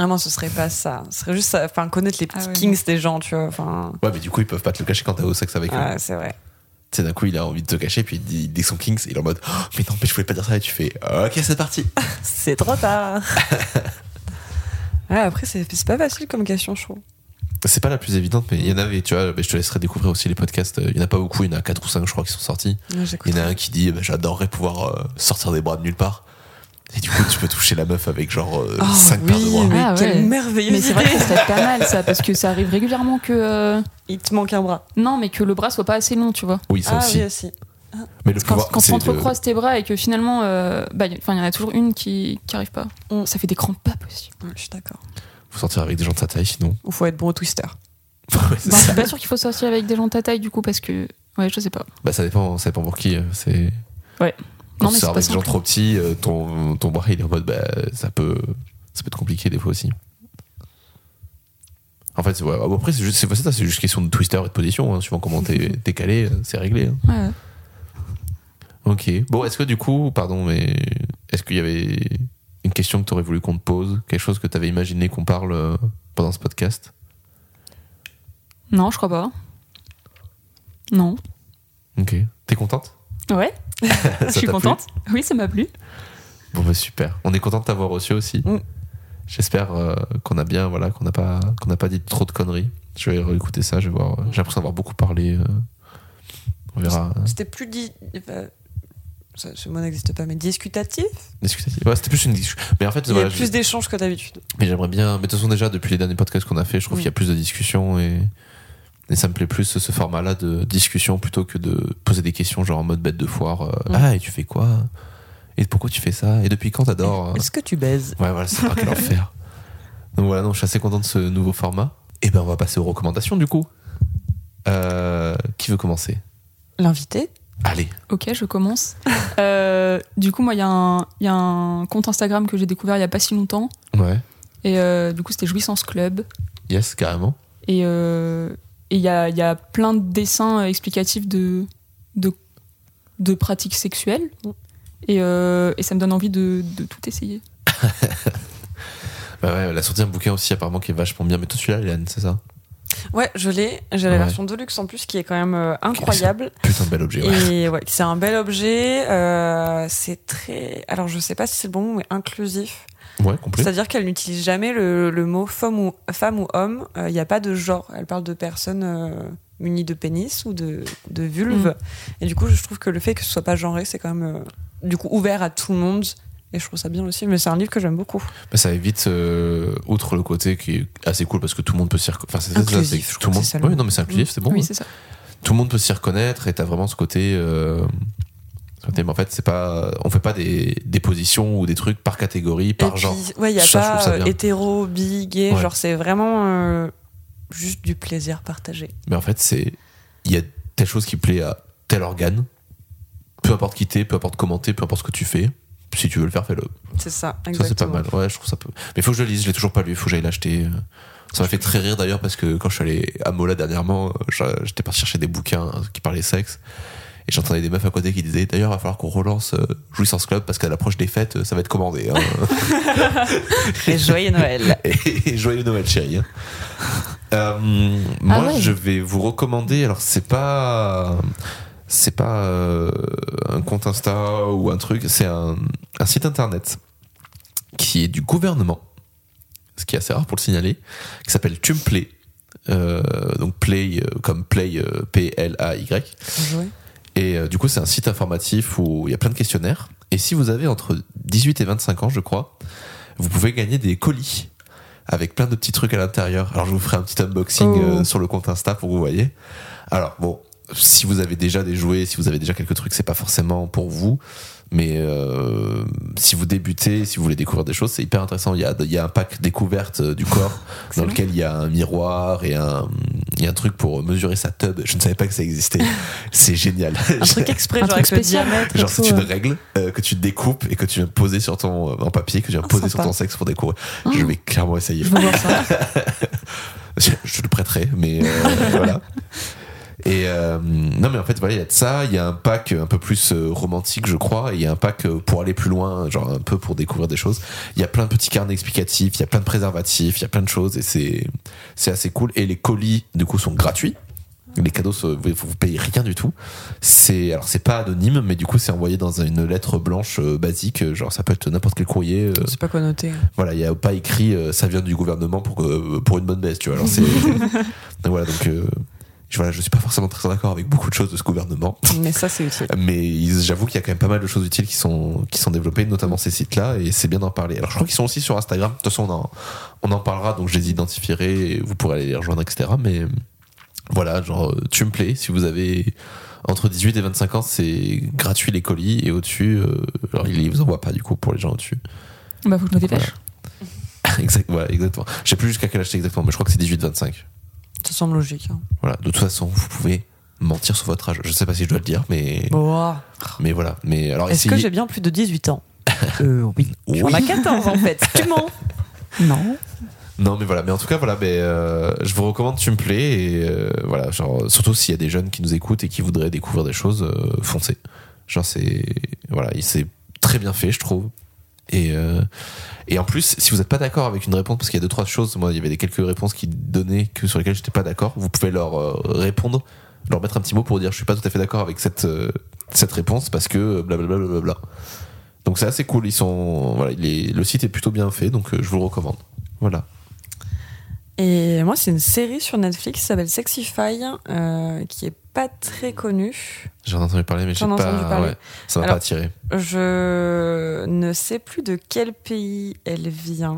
B: ah non, ce serait pas ça. Ce serait juste, ça- enfin, connaître les
C: Ah
B: petits
C: ouais.
B: kings des gens, tu vois. Enfin,
A: Ouais, mais du coup, ils peuvent pas te le cacher quand t'es au sexe avec eux.
B: ouais, Ah, c'est vrai.
A: Tu sais, d'un coup, il a envie de te cacher, puis il dit, il dit son Kings, et il est en mode, Oh, mais non, mais je voulais pas dire ça, et tu fais, ok, c'est parti.
B: C'est trop tard. ouais, après c'est c'est pas facile comme question, je trouve.
A: C'est pas la plus évidente, mais il y en avait, tu vois, mais je te laisserai découvrir aussi les podcasts. Il y en a pas beaucoup, il y en a 4 ou 5, je crois, qui sont sortis.
B: Ouais,
A: Il
B: j'écoute.
A: y en a un qui dit, bah, j'adorerais pouvoir euh, sortir des bras de nulle part. Et du coup, tu peux toucher la meuf avec genre
B: Oh
A: 5 paires de
B: oui,
A: bras.
B: mais
C: Ah ouais.
B: quelle merveilleuse
C: Mais c'est vrai
B: idée.
C: que ça serait pas mal ça, parce que ça arrive régulièrement que. euh,
B: Il te manque un bras.
C: Non, mais que le bras soit pas assez long, tu vois.
A: Oui, ça
B: ah
A: aussi.
B: oui aussi.
A: Mais le
C: Quand,
A: pouvoir,
C: quand tu
A: c'est le-
C: entrecroises tes bras et que finalement, euh, bah, y- enfin, il y en a toujours une qui, qui arrive pas.
B: Mm.
C: Ça fait des crampes pas possibles.
B: Ouais, je suis d'accord.
A: Faut sortir avec des gens de sa taille, sinon.
B: Ou faut être bon au twister.
A: Ouais, c'est
C: Bah, je
A: ça.
C: suis pas sûr qu'il faut sortir avec des gens de ta taille du coup, parce que. Ouais, je sais pas.
A: Bah, ça dépend, ça dépend pour qui. euh, C'est.
C: Ouais.
A: Quand
C: Non,
A: tu sors
C: mais c'est pas
A: avec des gens
C: simple.
A: trop petits, euh, ton, ton bras, il est en mode, bah, ça peut, ça peut être compliqué des fois aussi. En fait, c'est- ouais, bon, après, c'est juste, c'est pas ça, c'est juste question de twister et de position. hein, suivant comment t'es t'es calé, euh, c'est réglé. hein.
C: Ouais, ouais.
A: Ok. Bon, est-ce que du coup, pardon, mais est-ce qu'il y avait une question que t'aurais voulu qu'on te pose Quelque chose que t'avais imaginé qu'on parle euh, pendant ce podcast
C: Non, je crois pas. Non.
A: Ok. T'es contente
C: Ouais, je
A: t'a
C: suis
A: plu
C: contente. Oui, ça m'a plu.
A: Bon bah super. On est content de t'avoir reçu aussi.
B: Mm.
A: J'espère euh, qu'on a bien voilà qu'on n'a pas qu'on n'a pas dit trop de conneries. Je vais réécouter ça. Je vais voir. euh, J'ai l'impression d'avoir beaucoup parlé. euh, on verra. euh,
B: C'était plus dit. enfin, ça- ce mot n'existe pas, mais discutatif.
A: discuter. Ouais, c'était plus une discussion. Mais en fait
B: Il y
A: voilà,
B: a
A: je-
B: plus d'échanges que d'habitude.
A: mais j'aimerais bien. Mais de toute façon déjà depuis les derniers podcasts qu'on a fait, je trouve
B: Mm.
A: qu'il y a plus de discussions et et ça me plaît plus ce format là de discussion plutôt que de poser des questions genre en mode bête de foire. euh,
B: Mm.
A: Ah et tu fais quoi Et pourquoi tu fais ça Et depuis quand t'adores euh,
B: que tu baises
A: Ouais, voilà, c'est pas quel enfer. Donc voilà, donc je suis assez content de ce nouveau format. Et ben on va passer aux recommandations du coup. Euh, qui veut commencer
B: L'invité
A: Allez.
C: Ok, je commence. Euh, du coup, moi, il y, a un- il y a un compte Instagram que j'ai découvert il n'y a pas si longtemps.
A: Ouais.
C: Et euh, du coup, c'était Jouissance Club.
A: Yes, carrément.
C: Et euh, et il y, a, il y a plein de dessins euh, explicatifs de, de, de pratiques sexuelles. Et, euh, et ça me donne envie de, de tout essayer.
A: Bah ouais, elle a sorti un bouquin aussi apparemment qui est vachement bien. Mais toi celui-là, Hélène, c'est ça
B: Ouais, je l'ai. J'ai la
A: Ah Ouais.
B: version Deluxe en plus qui est quand même euh, incroyable.
A: Putain de bel objet, ouais.
B: Et ouais, c'est un bel objet. euh, c'est très. Alors je sais pas si c'est le bon mot, mais inclusif.
A: Ouais, complet.
B: C'est-à-dire qu'elle n'utilise jamais le, le mot femme ou, femme ou homme. Il n'y a pas de genre. Elle parle de personnes euh, munies de pénis ou de, de vulve.
A: Mm.
B: Et du coup, je trouve que le fait que ce soit pas genré, c'est quand même euh, du coup ouvert à tout le monde. Et je trouve ça bien aussi. Mais c'est un livre que j'aime beaucoup.
A: Bah, ça évite, euh, outre le côté qui est assez cool parce que tout le monde peut s'y reconnaître. Enfin, c'est ça, c'est ça,
B: Inclusif,
A: c'est
B: je
A: que tout le
B: crois
A: monde.
B: que c'est ça le
A: Oui,
B: mot.
A: non, mais c'est inclusif, c'est bon.
C: oui,
A: hein.
C: c'est ça.
A: tout le monde peut s'y reconnaître et t'as vraiment ce côté. euh, ce côté, mais en fait, c'est pas, on fait pas des, des positions ou des trucs par catégorie,
B: Et
A: par genre.
B: puis, ouais, il n'y a
A: Ça, je trouve
B: pas
A: ça
B: euh,
A: bien.
B: hétéro, bi, gay.
A: Ouais.
B: Genre, c'est vraiment euh, juste du plaisir partagé.
A: Mais en fait, c'est. Il y a telle chose qui plaît à tel organe. Peu importe qui t'es, peu importe comment t'es, peu importe ce que tu fais. Si tu veux le faire, fais-le.
B: C'est ça,
A: Ça, c'est pas
B: exactement.
A: mal. Ouais, je trouve ça peu. Mais faut que je le lise, je l'ai toujours pas lu, faut que j'aille l'acheter. euh, Ça m'a fait très rire d'ailleurs parce que quand je suis allé à Mola dernièrement, j'a- j'étais parti chercher des bouquins hein, qui parlaient sexe. Et j'entendais des meufs à côté qui disaient d'ailleurs, il va falloir qu'on relance euh, Jouissance Club parce qu'à l'approche des fêtes, euh, ça va être commandé. hein.
B: Et joyeux Noël.
A: et, et joyeux Noël, chérie. hein. Euh, moi,
C: ouais.
A: je vais vous recommander. Alors, c'est pas. C'est pas euh, un compte Insta ou un truc. C'est un, un site internet qui est du gouvernement, ce qui est assez rare pour le signaler, qui s'appelle Tumplay. Euh, donc play euh, comme play euh, P L A Y
B: Joyeux.
A: et euh, du coup, c'est un site informatif où il y a plein de questionnaires. Et si vous avez entre 18 et 25 ans, je crois, vous pouvez gagner des colis avec plein de petits trucs à l'intérieur. Alors, je vous ferai un petit unboxing
C: Oh.
A: euh, sur le compte Insta pour que vous voyez. Alors, bon, si vous avez déjà des jouets, si vous avez déjà quelques trucs, c'est pas forcément pour vous. Mais euh, si vous débutez, si vous voulez découvrir des choses, c'est hyper intéressant. Il y a, il y a un pack découverte euh, du corps dans
C: Excellent.
A: lequel il y a un miroir et un, il y a un truc pour mesurer sa tub. Je ne savais pas que ça existait. C'est génial.
B: Un truc exprès,
C: Un
B: genre
C: truc
B: avec le
C: spécial.
B: diamètre. et
A: Genre,
B: tout,
A: c'est une
B: euh.
A: règle euh, que tu découpes et que tu viens poser sur ton, euh, en papier, que tu viens
B: Ah,
A: poser sur
B: sympa.
A: ton sexe pour découvrir.
C: Ah.
A: Je vais clairement essayer.
C: Je veux voir ça.
A: Je, je le prêterai, mais euh, voilà. Et euh, non, mais en fait, voilà, il y a de ça. Il y a un pack un peu plus euh, romantique, je crois. et Il y a un pack euh, pour aller plus loin, genre un peu pour découvrir des choses. Il y a plein de petits carnets explicatifs, il y a plein de préservatifs, il y a plein de choses. Et c'est, c'est assez cool. Et les colis, du coup, sont gratuits. Les cadeaux, se- vous, vous payez rien du tout. C'est alors c'est pas anonyme, mais du coup c'est envoyé dans une lettre blanche euh, basique. euh, Genre ça peut être n'importe quel courrier. euh,
B: C'est pas connoté.
A: voilà, il n'y a pas écrit euh, ça vient du gouvernement pour, que- euh, pour une bonne baisse, tu vois. Alors c'est. donc voilà, donc. euh, je, voilà, je suis pas forcément très d'accord avec beaucoup de choses de ce gouvernement,
B: Mais ça, c'est utile.
A: mais ils- j'avoue qu'il y a quand même pas mal de choses utiles qui sont, qui sont développées, notamment ces sites-là, et c'est bien d'en parler. Alors je crois qu'ils sont aussi sur Instagram, de toute façon on en, on en parlera, donc je les identifierai, et vous pourrez aller les rejoindre, etc. Mais voilà, genre, euh, tu me plais, si vous avez entre 18 et 25 ans, c'est gratuit les colis, et au-dessus, euh, alors ils vous envoient pas du coup pour les gens au-dessus.
C: bah, faut que je me dépêche.
A: Exact, voilà, exactement. Je sais plus jusqu'à quel âge c'est exactement, mais je crois que c'est 18-25.
B: Ça semble logique. hein.
A: Voilà. De toute façon, vous pouvez mentir sur votre âge. Je sais pas si je dois le dire, mais
B: Bon, ah.
A: mais voilà. Mais alors
B: Est-ce
A: essayez.
B: que j'ai bien plus de 18 ans Euh, Oh, oui.
A: Oui.
B: J'en ai 14 en fait. Tu mens Non.
A: Non, mais voilà. Mais en tout cas, voilà. Mais euh, je vous recommande tu me plais et euh, voilà. Genre surtout s'il y a des jeunes qui nous écoutent et qui voudraient découvrir des choses, euh, foncez. Genre c'est voilà, il s'est très bien fait, je trouve. Et euh, et en plus, si vous n'êtes pas d'accord avec une réponse, parce qu'il y a deux trois choses, moi il y avait des quelques réponses qui donnaient que sur lesquelles j'étais pas d'accord, vous pouvez leur euh, répondre, leur mettre un petit mot pour dire je suis pas tout à fait d'accord avec cette euh, cette réponse parce que euh, blablabla. blablabla. Donc c'est assez cool, ils sont voilà, il est- le site est plutôt bien fait, donc euh, je vous le recommande. Voilà.
B: Et moi, c'est une série sur Netflix qui s'appelle Sexify, euh, qui est pas très connue.
A: J'en ai entendu parler, mais je sais
B: J'en ai
A: pas.
B: entendu parler.
A: ouais, ça m'a
B: Alors-
A: pas attiré.
B: Je ne sais plus de quel pays elle vient.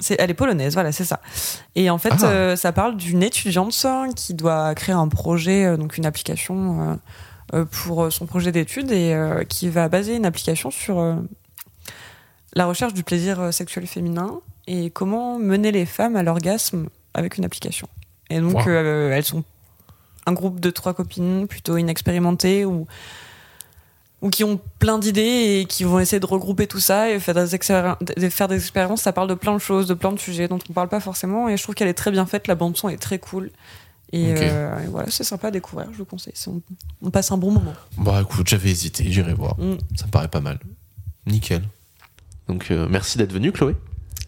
B: C'est, elle est polonaise, voilà, c'est ça. Et en fait,
A: Ah.
B: euh, ça parle d'une étudiante hein, qui doit créer un projet, euh, donc une application euh, euh, pour euh, son projet d'études et euh, qui va baser une application sur euh, la recherche du plaisir euh, sexuel féminin et comment mener les femmes à l'orgasme avec une application. Et donc,
A: Wow.
B: euh, elles sont un groupe de trois copines plutôt inexpérimentées ou, ou qui ont plein d'idées et qui vont essayer de regrouper tout ça et faire des, expéri- de- faire des expériences. Ça parle de plein de choses, de plein de sujets dont on parle pas forcément. Et je trouve qu'elle est très bien faite. La bande-son est très cool. Et,
A: Ok.
B: euh, et voilà, c'est sympa à découvrir, je vous conseille. C'est- On, on passe un bon moment.
A: Bon, écoute, j'avais hésité, j'irai voir.
B: Mm.
A: Ça me paraît pas mal. Nickel. Donc, euh, merci d'être venu, Chloé.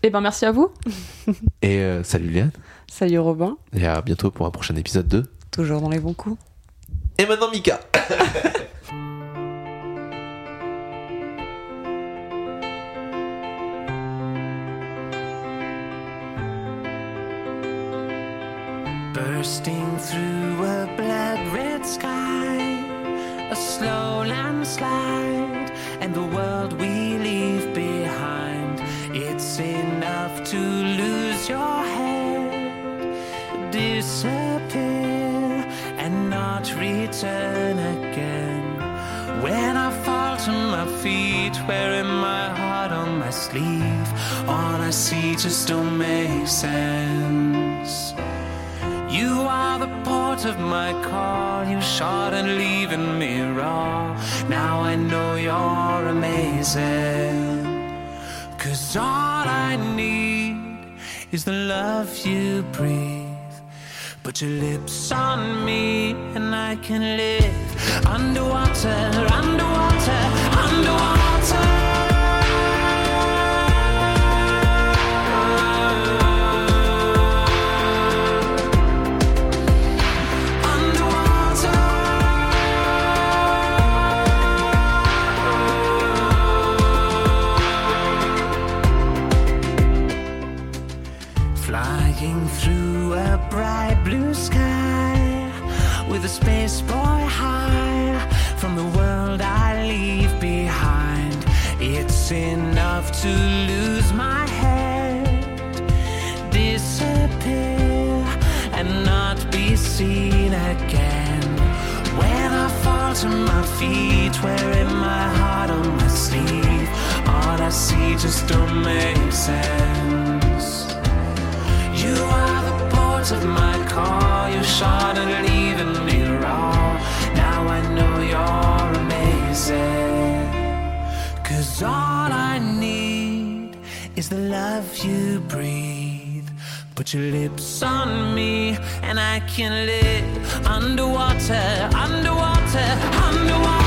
C: Et ben, merci à vous.
A: Et euh, salut, Léane.
B: Salut Robin,
A: Et à bientôt pour un prochain épisode 2.
B: toujours dans les bons coups.
A: Et maintenant, Mika.
D: Bursting through a blood red sky, a slow landslide, and the world we leave behind. It's enough to lose your head, disappear, and not return again. When I fall to my feet, wearing my heart on my sleeve, all I see just don't make sense. You are the port of my call. You shot and leaving me raw. Now I know you're amazing. Cause all I need is the love you breathe. But your lips on me, and I can live underwater, underwater, underwater. Underwater. Flying through a bright blue sky with a space boy high from the world I leave behind. It's enough to lose my head, disappear, and not be seen again. When I fall to my feet, wearing my heart on my sleeve, all I see just don't make sense. You are the port of my call. You shot and leaving me raw. Now I know you're amazing. Cause all I need is the love you breathe. Put your lips on me and I can live underwater, underwater, underwater.